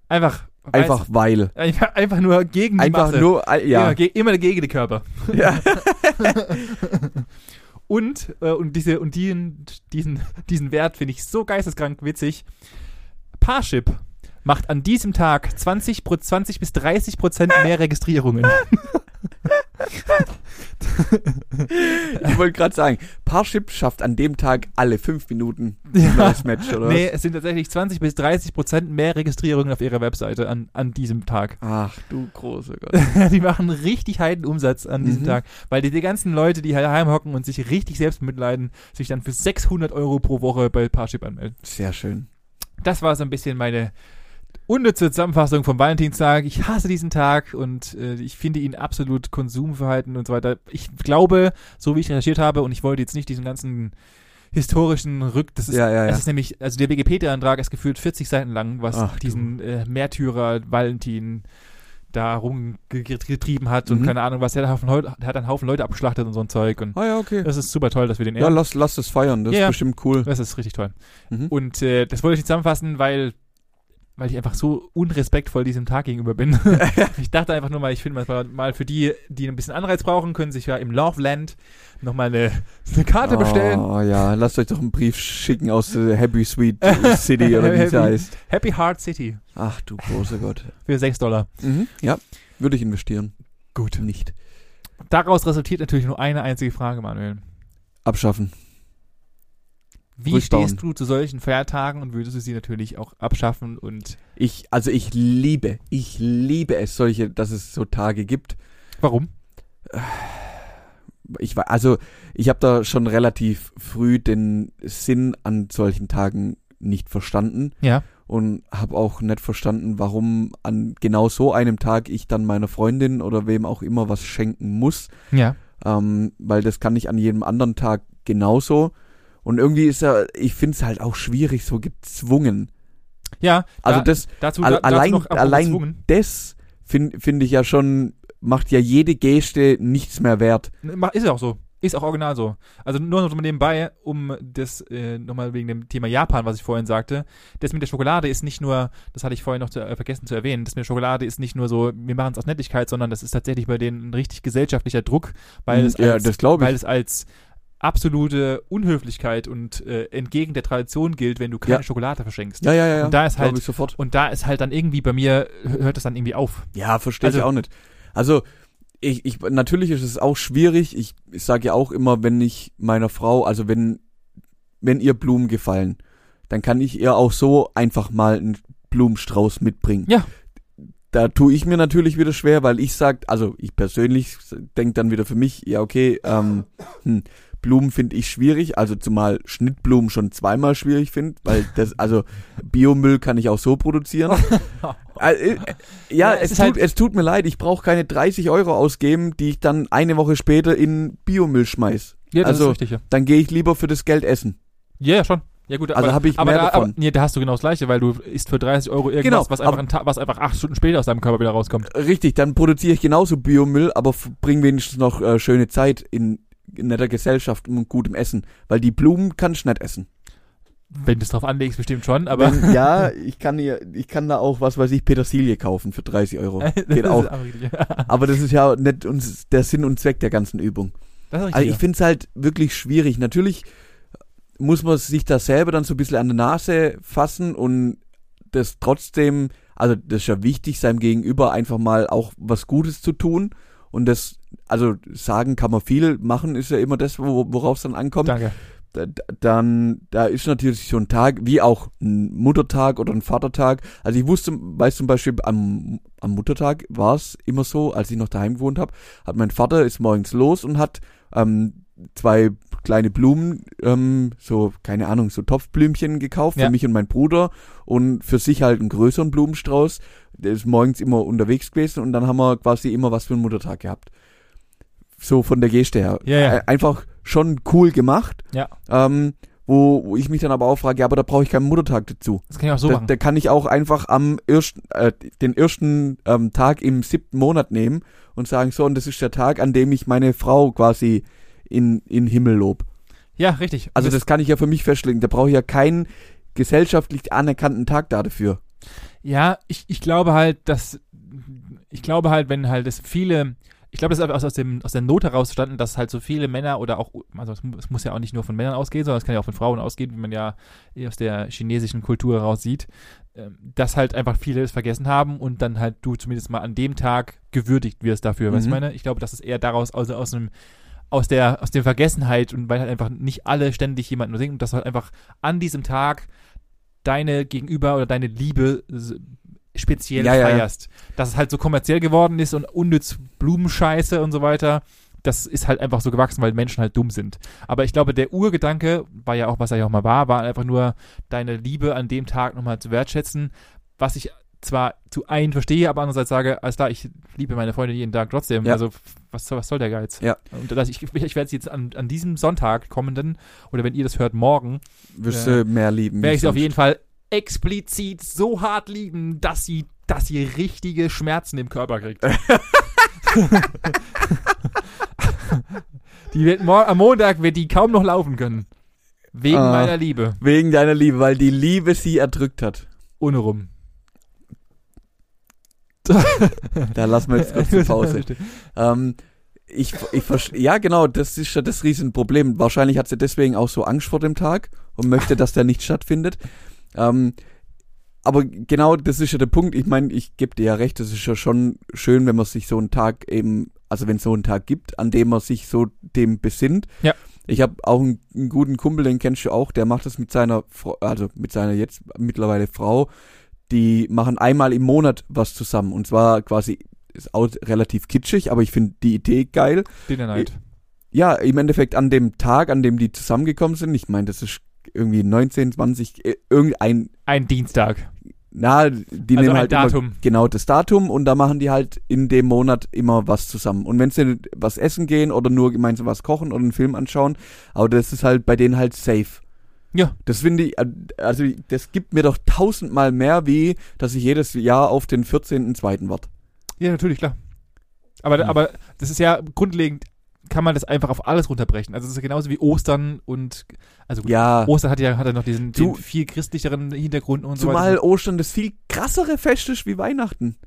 [SPEAKER 3] einfach
[SPEAKER 1] Einfach weil.
[SPEAKER 3] Einfach, einfach nur gegen die
[SPEAKER 1] Einfach
[SPEAKER 3] Masse.
[SPEAKER 1] nur, äh, ja.
[SPEAKER 3] Immer, ge immer gegen den Körper.
[SPEAKER 1] ja.
[SPEAKER 3] Und, äh, und, diese, und diesen, diesen, diesen Wert finde ich so geisteskrank witzig. Parship macht an diesem Tag 20, pro- 20 bis 30 Prozent mehr Registrierungen.
[SPEAKER 1] Ich wollte gerade sagen, Parship schafft an dem Tag alle fünf Minuten ein
[SPEAKER 3] Ja.
[SPEAKER 1] neues Match, oder?
[SPEAKER 3] nee, es sind tatsächlich 20 bis 30 Prozent mehr Registrierungen auf ihrer Webseite an, an diesem Tag.
[SPEAKER 1] Ach du großer Gott.
[SPEAKER 3] die machen richtig heiden Umsatz an diesem
[SPEAKER 1] Mhm.
[SPEAKER 3] Tag, weil die, die ganzen Leute, die hier heimhocken und sich richtig selbst mitleiden, sich dann für 600 Euro pro Woche bei Parship anmelden.
[SPEAKER 1] Sehr schön.
[SPEAKER 3] das war so ein bisschen meine unnütze Zusammenfassung vom Valentinstag. Ich hasse diesen Tag und äh, ich finde ihn absolut Konsumverhalten und so weiter. Ich glaube, so wie ich recherchiert habe, und ich wollte jetzt nicht diesen ganzen historischen Rück, das ist,
[SPEAKER 1] Ja, ja, ja.
[SPEAKER 3] es ist nämlich, also der Wikipedia-Antrag ist gefühlt 40 Seiten lang, was
[SPEAKER 1] Ach, du.
[SPEAKER 3] diesen äh, Märtyrer Valentin da rumgetrieben hat und
[SPEAKER 1] Mhm.
[SPEAKER 3] keine Ahnung was, der hat, einen Haufen Leute, der hat einen Haufen Leute abgeschlachtet und so ein Zeug und
[SPEAKER 1] Ah ja, okay.
[SPEAKER 3] das ist super toll, dass wir den
[SPEAKER 1] Ja, lass, lass das feiern, das
[SPEAKER 3] Ja,
[SPEAKER 1] ist
[SPEAKER 3] ja.
[SPEAKER 1] bestimmt cool.
[SPEAKER 3] das ist richtig toll.
[SPEAKER 1] Mhm.
[SPEAKER 3] Und äh, das wollte ich nicht zusammenfassen, weil, weil ich einfach so unrespektvoll diesem Tag gegenüber bin. ich dachte einfach nur mal, ich finde mal, mal für die, die ein bisschen Anreiz brauchen, können sich ja im Loveland nochmal eine, eine Karte bestellen.
[SPEAKER 1] Oh ja, lasst euch doch einen Brief schicken aus äh, Happy Sweet City oder wie sie
[SPEAKER 3] Happy-
[SPEAKER 1] heißt.
[SPEAKER 3] Happy Heart City
[SPEAKER 1] Ach du großer Gott.
[SPEAKER 3] für 6 Dollar.
[SPEAKER 1] Mhm. Ja, würde ich investieren.
[SPEAKER 3] Gut.
[SPEAKER 1] Nicht.
[SPEAKER 3] Daraus resultiert natürlich nur eine einzige Frage, Manuel.
[SPEAKER 1] Abschaffen.
[SPEAKER 3] Wie
[SPEAKER 1] Rückbauen.
[SPEAKER 3] stehst du zu solchen Feiertagen und würdest du sie natürlich auch abschaffen und
[SPEAKER 1] Ich, also ich liebe, ich liebe es solche, dass es so Tage gibt.
[SPEAKER 3] warum?
[SPEAKER 1] ich war also ich habe da schon relativ früh den Sinn an solchen Tagen nicht verstanden
[SPEAKER 3] Ja.
[SPEAKER 1] und habe auch nicht verstanden, warum an genau so einem Tag ich dann meiner Freundin oder wem auch immer was schenken muss,
[SPEAKER 3] Ja.
[SPEAKER 1] ähm, weil das kann ich an jedem anderen Tag genauso. Und irgendwie ist ja, ich finde es halt auch schwierig, so gezwungen.
[SPEAKER 3] Ja,
[SPEAKER 1] Also
[SPEAKER 3] da,
[SPEAKER 1] das,
[SPEAKER 3] dazu,
[SPEAKER 1] al-
[SPEAKER 3] da,
[SPEAKER 1] allein-
[SPEAKER 3] dazu noch apropos
[SPEAKER 1] allein-
[SPEAKER 3] gezwungen.
[SPEAKER 1] das finde find ich ja schon, macht ja jede Geste nichts mehr wert.
[SPEAKER 3] Ma- Ist ja auch so. Ist auch original so. Also nur noch mal nebenbei, um das äh, nochmal wegen dem Thema Japan, was ich vorhin sagte. Das mit der Schokolade ist nicht nur, das hatte ich vorhin noch zu, äh, vergessen zu erwähnen, das mit der Schokolade ist nicht nur so, wir machen es aus Nettigkeit, sondern das ist tatsächlich bei denen ein richtig gesellschaftlicher Druck, weil es
[SPEAKER 1] Mhm. ja,
[SPEAKER 3] als,
[SPEAKER 1] das glaube ich.
[SPEAKER 3] weil es als absolute Unhöflichkeit und äh, entgegen der Tradition gilt, wenn du keine
[SPEAKER 1] Ja.
[SPEAKER 3] Schokolade verschenkst.
[SPEAKER 1] ja, ja, ja, ja.
[SPEAKER 3] Und da ist
[SPEAKER 1] Glaub
[SPEAKER 3] halt-
[SPEAKER 1] ich sofort.
[SPEAKER 3] Und da ist halt dann irgendwie bei mir, hört das dann irgendwie auf.
[SPEAKER 1] Ja, verstehe ich
[SPEAKER 3] Also-
[SPEAKER 1] auch nicht. Also ich, ich natürlich ist es auch schwierig. Ich, ich sage ja auch immer, wenn ich meiner Frau, also wenn wenn ihr Blumen gefallen, dann kann ich ihr auch so einfach mal einen Blumenstrauß mitbringen.
[SPEAKER 3] Ja.
[SPEAKER 1] Da tue ich mir natürlich wieder schwer, weil ich sag, also ich persönlich denke dann wieder für mich, ja okay, ähm, hm, Blumen finde ich schwierig, also zumal Schnittblumen schon zweimal schwierig finde, weil das, also Biomüll kann ich auch so produzieren. Also, äh, ja,
[SPEAKER 3] Ja, es
[SPEAKER 1] es,
[SPEAKER 3] ist
[SPEAKER 1] tut,
[SPEAKER 3] halt-
[SPEAKER 1] es tut mir leid, ich brauche keine 30 Euro ausgeben, die ich dann eine Woche später in Biomüll schmeiß.
[SPEAKER 3] Ja, das
[SPEAKER 1] Also,
[SPEAKER 3] ist richtig. Ja.
[SPEAKER 1] Dann gehe ich lieber für das Geld essen.
[SPEAKER 3] Ja, ja, schon. Ja, gut,
[SPEAKER 1] Also
[SPEAKER 3] aber-
[SPEAKER 1] hab ich
[SPEAKER 3] aber
[SPEAKER 1] mehr
[SPEAKER 3] da,
[SPEAKER 1] davon.
[SPEAKER 3] Aber, nee, da hast du genau das Gleiche, weil du isst für 30 Euro irgendwas,
[SPEAKER 1] Genau,
[SPEAKER 3] was, einfach
[SPEAKER 1] aber-
[SPEAKER 3] ein Ta- was einfach acht Stunden später aus deinem Körper wieder rauskommt.
[SPEAKER 1] Richtig, dann produziere ich genauso Biomüll, aber f- bring wenigstens noch äh, schöne Zeit in in netter Gesellschaft und gutem Essen, weil die Blumen kannst du nicht essen.
[SPEAKER 3] Wenn du es drauf anlegst, bestimmt schon, aber.
[SPEAKER 1] Wenn- ja, ich kann hier, ich kann da auch was weiß ich Petersilie kaufen für 30 Euro.
[SPEAKER 3] Das
[SPEAKER 1] Geht
[SPEAKER 3] ist
[SPEAKER 1] auch.
[SPEAKER 3] aber richtig. Das
[SPEAKER 1] Aber das ist ja nicht uns der Sinn und Zweck der ganzen Übung.
[SPEAKER 3] ist richtig.
[SPEAKER 1] Also ich finde es halt wirklich schwierig. Natürlich muss man sich da selber dann so ein bisschen an der Nase fassen und das trotzdem, also das ist ja wichtig, seinem Gegenüber einfach mal auch was Gutes zu tun. Und das, also sagen kann man viel, machen ist ja immer das, wo- worauf es dann ankommt.
[SPEAKER 3] Danke.
[SPEAKER 1] Da- da- Dann, da ist natürlich so ein Tag, wie auch ein Muttertag oder ein Vatertag. Also ich wusste, weiß zum Beispiel, am, am Muttertag war es immer so, als ich noch daheim gewohnt habe, hat mein Vater, ist morgens los und hat ähm, zwei kleine Blumen, ähm, so, keine Ahnung, so Topfblümchen gekauft
[SPEAKER 3] Ja.
[SPEAKER 1] für mich und meinen Bruder und für sich halt einen größeren Blumenstrauß. Der ist morgens immer unterwegs gewesen und dann haben wir quasi immer was für einen Muttertag gehabt. So von der Geste her.
[SPEAKER 3] Ja, ja.
[SPEAKER 1] Ä- Einfach schon cool gemacht.
[SPEAKER 3] Ja.
[SPEAKER 1] Ähm, wo, wo ich mich dann aber auch frage, ja, aber da brauche ich keinen Muttertag dazu.
[SPEAKER 3] Das kann ich auch so
[SPEAKER 1] da,
[SPEAKER 3] machen.
[SPEAKER 1] da kann ich auch einfach am ersten, äh, den ersten ähm, Tag im siebten Monat nehmen und sagen, so, und das ist der Tag, an dem ich meine Frau quasi in, in Himmel lob.
[SPEAKER 3] Ja, richtig.
[SPEAKER 1] Also das kann ich ja für mich festlegen. Da brauche ich ja keinen gesellschaftlich anerkannten Tag da dafür.
[SPEAKER 3] Ja, ich, ich glaube halt, dass ich glaube halt, wenn halt es viele, ich glaube, das ist einfach aus, aus, dem, aus der Not heraus entstanden, dass halt so viele Männer oder auch, also es mu- es muss ja auch nicht nur von Männern ausgehen, sondern es kann ja auch von Frauen ausgehen, wie man ja eh aus der chinesischen Kultur heraus sieht, ähm, dass halt einfach viele es vergessen haben und dann halt du zumindest mal an dem Tag gewürdigt wirst dafür, weißt du
[SPEAKER 1] Mhm.
[SPEAKER 3] meine? Ich glaube, das ist eher daraus, also aus einem aus der, aus der Vergessenheit und weil halt einfach nicht alle ständig jemanden singen und dass halt einfach an diesem Tag deine Gegenüber oder deine Liebe s- speziell
[SPEAKER 1] Ja, ja, ja.
[SPEAKER 3] feierst. Dass es halt so kommerziell geworden ist und unnütz Blumenscheiße und so weiter. Das ist halt einfach so gewachsen, weil Menschen halt dumm sind. Aber ich glaube, der Urgedanke war ja auch, was er ja auch mal war, war einfach nur, deine Liebe an dem Tag nochmal zu wertschätzen. Was ich zwar zu einem verstehe, aber andererseits sage, alles klar, ich liebe meine Freunde jeden Tag trotzdem.
[SPEAKER 1] Ja.
[SPEAKER 3] Also, f- was, soll- was soll der Geiz?
[SPEAKER 1] Ja.
[SPEAKER 3] Und das, ich, ich, ich werde es jetzt an, an diesem Sonntag kommenden, oder wenn ihr das hört, morgen,
[SPEAKER 1] Wirst
[SPEAKER 3] Ja.
[SPEAKER 1] du mehr lieben.
[SPEAKER 3] werde
[SPEAKER 1] wie
[SPEAKER 3] ich sie auf
[SPEAKER 1] sonst.
[SPEAKER 3] jeden Fall explizit so hart lieben, dass sie, dass sie richtige Schmerzen im Körper kriegt. die wird mor- am Montag wird die kaum noch laufen können. Wegen
[SPEAKER 1] Ah.
[SPEAKER 3] meiner Liebe.
[SPEAKER 1] Wegen deiner Liebe, weil die Liebe sie erdrückt hat.
[SPEAKER 3] Ohne rum.
[SPEAKER 1] Da lassen wir jetzt kurz die Pause. Ähm, ich, ich verste- ja, genau, das ist ja das Riesenproblem. Wahrscheinlich hat sie deswegen auch so Angst vor dem Tag und möchte, dass der nicht stattfindet. Ähm, aber genau das ist ja der Punkt. Ich meine, ich gebe dir ja recht, es ist ja schon schön, wenn man sich so einen Tag eben, also wenn es so einen Tag gibt, an dem man sich so dem besinnt.
[SPEAKER 3] Ja.
[SPEAKER 1] Ich habe auch einen, einen guten Kumpel, den kennst du auch, der macht das mit seiner, Fro- also mit seiner jetzt mittlerweile Frau. Die machen einmal im Monat was zusammen und zwar quasi ist auch relativ kitschig, aber ich finde die Idee geil.
[SPEAKER 3] Dinner Night.
[SPEAKER 1] Ja, im Endeffekt an dem Tag, an dem die zusammengekommen sind, ich meine, das ist irgendwie 19, 20, äh, irgendein,
[SPEAKER 3] Ein Dienstag.
[SPEAKER 1] na, die
[SPEAKER 3] also
[SPEAKER 1] nehmen
[SPEAKER 3] ein
[SPEAKER 1] halt immer
[SPEAKER 3] Datum.
[SPEAKER 1] genau das Datum und da machen die halt in dem Monat immer was zusammen. Und wenn sie was essen gehen oder nur gemeinsam was kochen oder einen Film anschauen, aber das ist halt bei denen halt safe.
[SPEAKER 3] Ja.
[SPEAKER 1] Das finde ich, äh, also das gibt mir doch tausendmal mehr, wie dass ich jedes Jahr auf den 14.2. warte.
[SPEAKER 3] Ja, natürlich, klar. Aber,
[SPEAKER 1] Hm.
[SPEAKER 3] aber das ist ja grundlegend, kann man das einfach auf alles runterbrechen. Also es ist ja genauso wie Ostern und also gut,
[SPEAKER 1] Ja.
[SPEAKER 3] Ostern hat ja, hat ja noch diesen
[SPEAKER 1] Du-
[SPEAKER 3] den viel christlicheren Hintergrund und so
[SPEAKER 1] Zumal
[SPEAKER 3] weiter.
[SPEAKER 1] Ostern das viel krassere Fest ist wie Weihnachten.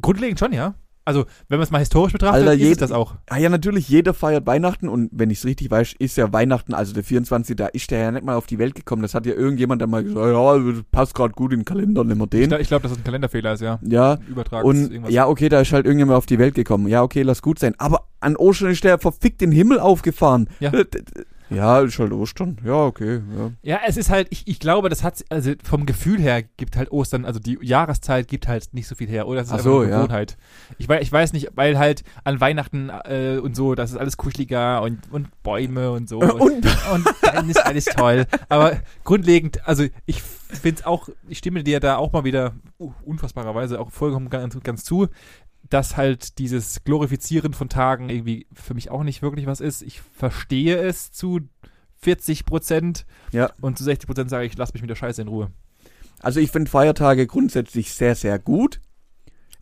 [SPEAKER 3] Grundlegend schon, ja. Also, wenn man es mal historisch betrachtet,
[SPEAKER 1] Alter,
[SPEAKER 3] ist es
[SPEAKER 1] jed-
[SPEAKER 3] das auch.
[SPEAKER 1] Ah ja, natürlich, jeder feiert Weihnachten und wenn ich es richtig weiß, ist ja Weihnachten, also der 24. Da ist der ja nicht mal auf die Welt gekommen. Das hat ja irgendjemand dann mal gesagt, ja, also das passt gerade gut in den Kalender, nehmen wir
[SPEAKER 3] Ich
[SPEAKER 1] den.
[SPEAKER 3] glaube, glaub, dass das ein Kalenderfehler ist, ja.
[SPEAKER 1] Ja.
[SPEAKER 3] Übertrag ist
[SPEAKER 1] Und
[SPEAKER 3] irgendwas.
[SPEAKER 1] ja, okay, da ist halt irgendjemand auf die Welt gekommen. Ja, okay, lass gut sein. Aber an Ostern ist der verfickt den Himmel aufgefahren. Äh,
[SPEAKER 3] Ja.
[SPEAKER 1] D- d- d- Ja, ist halt Ostern. Ja, okay. Ja.
[SPEAKER 3] Ja, es ist halt, ich, ich glaube, das hat, also vom Gefühl her gibt halt Ostern, also die Jahreszeit gibt halt nicht so viel her, oder? Das ist
[SPEAKER 1] Ach
[SPEAKER 3] einfach
[SPEAKER 1] so,
[SPEAKER 3] eine
[SPEAKER 1] ja.
[SPEAKER 3] Gewohnheit. Ich weiß, ich weiß nicht, weil halt an Weihnachten äh, und so, das ist alles kuscheliger und, und Bäume und so.
[SPEAKER 1] Und
[SPEAKER 3] und dann ist alles toll. Aber grundlegend, also ich finde es auch, ich stimme dir da auch mal wieder uh, unfassbarerweise auch vollkommen ganz, ganz zu, dass halt dieses Glorifizieren von Tagen irgendwie für mich auch nicht wirklich was ist. Ich verstehe es zu 40 Prozent
[SPEAKER 1] Ja.
[SPEAKER 3] und zu 60 Prozent sage ich, lass mich mit der Scheiße in Ruhe.
[SPEAKER 1] also ich finde Feiertage grundsätzlich sehr, sehr gut.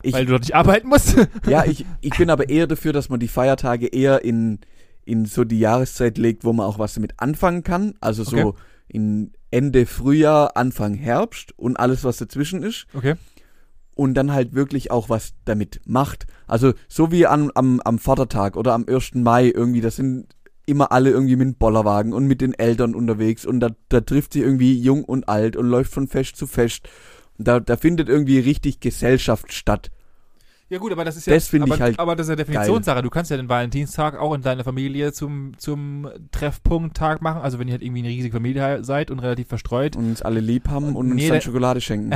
[SPEAKER 1] Ich-
[SPEAKER 3] weil du dort nicht arbeiten musst.
[SPEAKER 1] Ja, ich, ich bin aber eher dafür, dass man die Feiertage eher in, in so die Jahreszeit legt, wo man auch was damit anfangen kann. Also so
[SPEAKER 3] Okay.
[SPEAKER 1] in Ende Frühjahr, Anfang Herbst und alles, was dazwischen ist.
[SPEAKER 3] Okay.
[SPEAKER 1] Und dann halt wirklich auch was damit macht. Also so wie an, am, am Vatertag oder am 1. Mai irgendwie, das sind immer alle irgendwie mit dem Bollerwagen und mit den Eltern unterwegs und da, da trifft sie irgendwie jung und alt und läuft von Fest zu Fest. Und da, da findet irgendwie richtig Gesellschaft statt.
[SPEAKER 3] Ja gut, aber das ist ja
[SPEAKER 1] Das finde ich
[SPEAKER 3] aber,
[SPEAKER 1] halt
[SPEAKER 3] aber das ist ja Definitionssache. Du kannst ja den Valentinstag auch in deiner Familie zum zum Treffpunkttag machen. Also wenn ihr halt irgendwie eine riesige Familie seid und relativ verstreut,
[SPEAKER 1] und uns alle lieb haben und uns
[SPEAKER 3] Nee,
[SPEAKER 1] dann
[SPEAKER 3] der- Äh,
[SPEAKER 1] Schokolade schenken.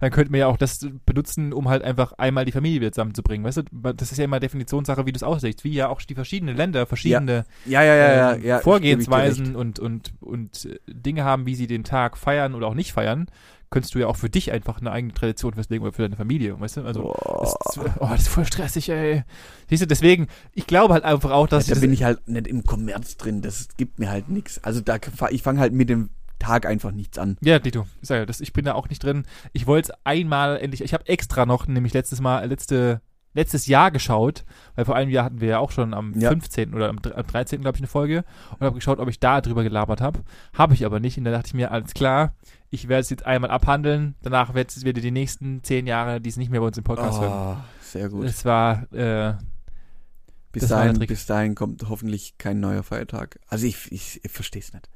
[SPEAKER 3] dann könnt ihr ja auch das benutzen, um halt einfach einmal die Familie wieder zusammenzubringen. Weißt du, das ist ja immer Definitionssache, wie du es auslegst. Wie ja auch die verschiedenen Länder verschiedene
[SPEAKER 1] Ja, ja, ja, ja,
[SPEAKER 3] ähm,
[SPEAKER 1] ja.
[SPEAKER 3] Vorgehensweisen und und und äh, Dinge haben, wie sie den Tag feiern oder auch nicht feiern. Könntest du ja auch für dich einfach eine eigene Tradition festlegen oder für deine Familie, weißt du? Also Das, ist-
[SPEAKER 1] Boah.
[SPEAKER 3] oh, das ist voll stressig, ey. Siehst du, deswegen, ich glaube halt einfach auch, dass
[SPEAKER 1] da
[SPEAKER 3] das-
[SPEAKER 1] bin ich halt nicht im Kommerz drin, das gibt mir halt nichts. Also da fa- ich fange halt mit dem Tag einfach nichts an.
[SPEAKER 3] ja, Dito, ich sag ja, das, ich bin da auch nicht drin. Ich wollte es einmal endlich, ich habe extra noch, nämlich letztes Mal, letzte letztes Jahr geschaut, weil vor einem Jahr hatten wir ja auch schon am
[SPEAKER 1] Ja.
[SPEAKER 3] 15. oder am, dr- am 13. glaube ich eine Folge und habe geschaut, ob ich da drüber gelabert habe. Habe ich aber nicht und da dachte ich mir, alles klar, ich werde es jetzt einmal abhandeln, danach werdet ihr die nächsten zehn Jahre dies nicht mehr bei uns im Podcast hören.
[SPEAKER 1] Ah, sehr gut.
[SPEAKER 3] Es war, äh,
[SPEAKER 1] Bis
[SPEAKER 3] das war der
[SPEAKER 1] dahin,
[SPEAKER 3] Trick.
[SPEAKER 1] bis dahin kommt hoffentlich kein neuer Feiertag. Also ich, ich, ich verstehe es nicht.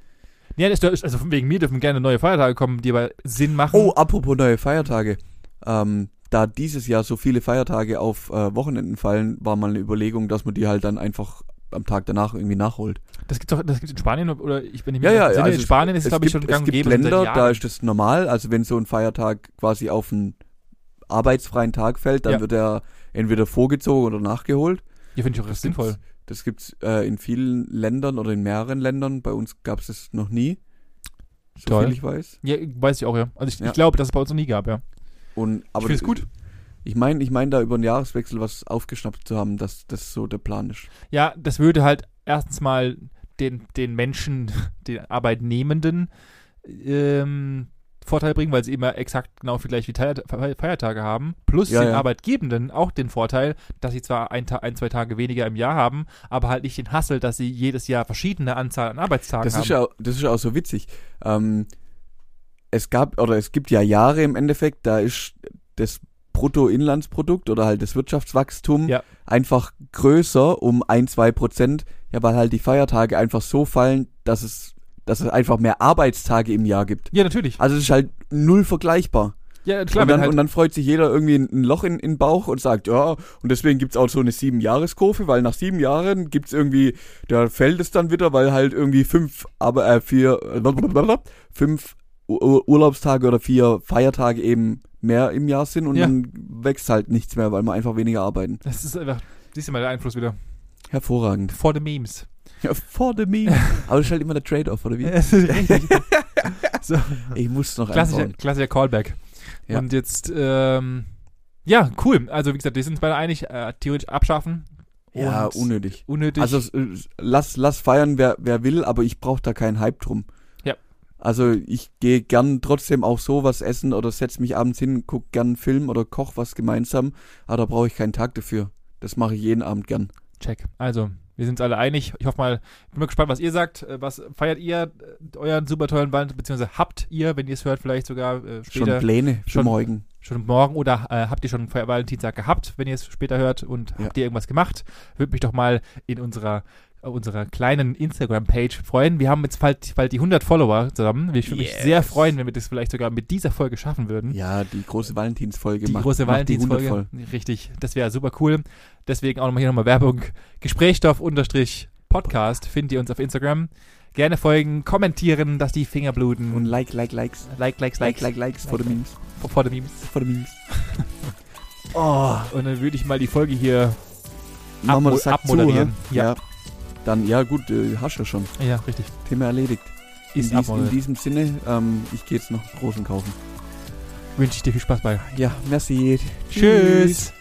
[SPEAKER 3] ja, das, also von wegen mir dürfen gerne neue Feiertage kommen, die aber Sinn machen.
[SPEAKER 1] Oh, apropos neue Feiertage. Ähm, da dieses Jahr so viele Feiertage auf äh, Wochenenden fallen, war mal eine Überlegung, dass man die halt dann einfach am Tag danach irgendwie nachholt.
[SPEAKER 3] Das gibt's doch, das gibt's in Spanien oder ich bin nicht
[SPEAKER 1] Ja,
[SPEAKER 3] mehr
[SPEAKER 1] ja,
[SPEAKER 3] im
[SPEAKER 1] ja,
[SPEAKER 3] Sinne.
[SPEAKER 1] also
[SPEAKER 3] in
[SPEAKER 1] es-
[SPEAKER 3] Spanien ist es, glaube ich, schon
[SPEAKER 1] gibt, es
[SPEAKER 3] gang und
[SPEAKER 1] gibt
[SPEAKER 3] gäbe. seit
[SPEAKER 1] Länder, da
[SPEAKER 3] Jahren.
[SPEAKER 1] ist das normal. Also wenn so ein Feiertag quasi auf einen arbeitsfreien Tag fällt, dann
[SPEAKER 3] Ja.
[SPEAKER 1] wird er entweder vorgezogen oder nachgeholt.
[SPEAKER 3] Hier finde ich auch das sinnvoll.
[SPEAKER 1] Das gibt's äh, in vielen Ländern oder in mehreren Ländern. Bei uns gab es es noch nie. So
[SPEAKER 3] Toll.
[SPEAKER 1] viel ich weiß.
[SPEAKER 3] Ja, weiß ich auch, ja. Also ich,
[SPEAKER 1] Ja.
[SPEAKER 3] ich glaube, dass es bei uns noch nie gab, ja.
[SPEAKER 1] Und, aber
[SPEAKER 3] ich finde es gut.
[SPEAKER 1] Ich meine, ich meine da über den Jahreswechsel was aufgeschnappt zu haben, dass das so der Plan ist.
[SPEAKER 3] Ja, das würde halt erstens mal den, den Menschen, den Arbeitnehmenden ähm, Vorteil bringen, weil sie immer exakt genau gleich wie Teier- Fe- Feiertage haben. Plus
[SPEAKER 1] Ja,
[SPEAKER 3] den
[SPEAKER 1] ja.
[SPEAKER 3] Arbeitgebenden auch den Vorteil, dass sie zwar ein, Ta- ein, zwei Tage weniger im Jahr haben, aber halt nicht den Hassel, dass sie jedes Jahr verschiedene Anzahl an Arbeitstagen
[SPEAKER 1] Das
[SPEAKER 3] haben.
[SPEAKER 1] ist, ja, auch- das ist auch so witzig. Ähm, es gab oder es gibt ja Jahre im Endeffekt, da ist das Bruttoinlandsprodukt oder halt das Wirtschaftswachstum
[SPEAKER 3] Ja.
[SPEAKER 1] einfach größer um ein, zwei Prozent, ja, weil halt die Feiertage einfach so fallen, dass es, dass es einfach mehr Arbeitstage im Jahr gibt.
[SPEAKER 3] ja, Ah, natürlich.
[SPEAKER 1] Also es ist halt null vergleichbar.
[SPEAKER 3] Ja, klar,
[SPEAKER 1] und,
[SPEAKER 3] wenn
[SPEAKER 1] dann,
[SPEAKER 3] halt,
[SPEAKER 1] und dann freut sich jeder irgendwie ein, ein Loch in in den Bauch und sagt, ja, und deswegen gibt's auch so eine Sieben-Jahres-Kurve, weil nach sieben Jahren gibt's irgendwie, da fällt es dann wieder, weil halt irgendwie fünf, aber äh, vier, äh, blablabla, fünf U- U- Urlaubstage oder vier Feiertage eben mehr im Jahr sind und
[SPEAKER 3] Ja.
[SPEAKER 1] dann wächst halt nichts mehr, weil wir einfach weniger arbeiten.
[SPEAKER 3] das ist einfach, siehst du mal, der Einfluss wieder.
[SPEAKER 1] Hervorragend.
[SPEAKER 3] For the memes.
[SPEAKER 1] Ja, for the meme. aber das ist halt immer der Trade-off, oder wie?
[SPEAKER 3] Es ist richtig. so,
[SPEAKER 1] Ich muss noch
[SPEAKER 3] klassischer,
[SPEAKER 1] einbauen.
[SPEAKER 3] klassischer Callback.
[SPEAKER 1] Ja.
[SPEAKER 3] Und jetzt, ähm, ja, cool. Also, wie gesagt, wir sind uns beide einig, äh, theoretisch abschaffen.
[SPEAKER 1] Ja,
[SPEAKER 3] Und
[SPEAKER 1] unnötig.
[SPEAKER 3] unnötig.
[SPEAKER 1] Also äh, lass, lass feiern, wer, wer will, aber ich brauche da keinen Hype drum.
[SPEAKER 3] Ja.
[SPEAKER 1] Also ich gehe gern trotzdem auch so was essen oder setz mich abends hin, guck gern einen Film oder koch was gemeinsam, aber da brauche ich keinen Tag dafür. Das mache ich jeden Abend gern.
[SPEAKER 3] Check. Also, wir sind uns alle einig. Ich hoffe mal, bin mal gespannt, was ihr sagt. Äh, Was feiert ihr äh, euren super tollen Weihnachten, beziehungsweise habt ihr, wenn ihr es hört, vielleicht sogar äh,
[SPEAKER 1] Schon
[SPEAKER 3] später, schon,
[SPEAKER 1] Pläne für
[SPEAKER 3] schon-
[SPEAKER 1] morgen.
[SPEAKER 3] morgen oder äh, habt ihr schon einen Feier- Valentinstag gehabt, wenn ihr es später hört und
[SPEAKER 1] Ja.
[SPEAKER 3] habt ihr irgendwas gemacht? Würde mich doch mal in unserer äh, unserer kleinen Instagram-Page freuen. Wir haben jetzt bald, bald die 100 Follower zusammen. Ich würde mich
[SPEAKER 1] Yes.
[SPEAKER 3] sehr freuen, wenn wir das vielleicht sogar mit dieser Folge schaffen würden.
[SPEAKER 1] Ja, die große Valentinsfolge.
[SPEAKER 3] Die
[SPEAKER 1] macht-
[SPEAKER 3] große
[SPEAKER 1] macht die 100
[SPEAKER 3] Valentinsfolge. Richtig, das wäre super cool. Deswegen auch nochmal hier nochmal Werbung. Gesprächsstoff-Podcast findet ihr uns auf Instagram. Gerne folgen, kommentieren, dass die Finger bluten.
[SPEAKER 1] voll. Und like, like, likes.
[SPEAKER 3] like, likes,
[SPEAKER 1] Like, like, likes for the memes.
[SPEAKER 3] vor- vor den Memes.
[SPEAKER 1] For the memes. oh,
[SPEAKER 3] Und dann würde ich mal die Folge hier
[SPEAKER 1] machen wir
[SPEAKER 3] abmo-
[SPEAKER 1] das Sack zu,
[SPEAKER 3] abmoderieren.
[SPEAKER 1] hä?
[SPEAKER 3] ja.
[SPEAKER 1] ja. Dann, ja gut, äh, hast ja schon.
[SPEAKER 3] ja, richtig.
[SPEAKER 1] Thema erledigt.
[SPEAKER 3] Ist
[SPEAKER 1] in, dies, in
[SPEAKER 3] abmoderiert.
[SPEAKER 1] diesem Sinne, ähm, ich gehe jetzt noch einen großen kaufen.
[SPEAKER 3] Wünsche ich dir viel Spaß bei.
[SPEAKER 1] Ja, merci.
[SPEAKER 3] Tschüss.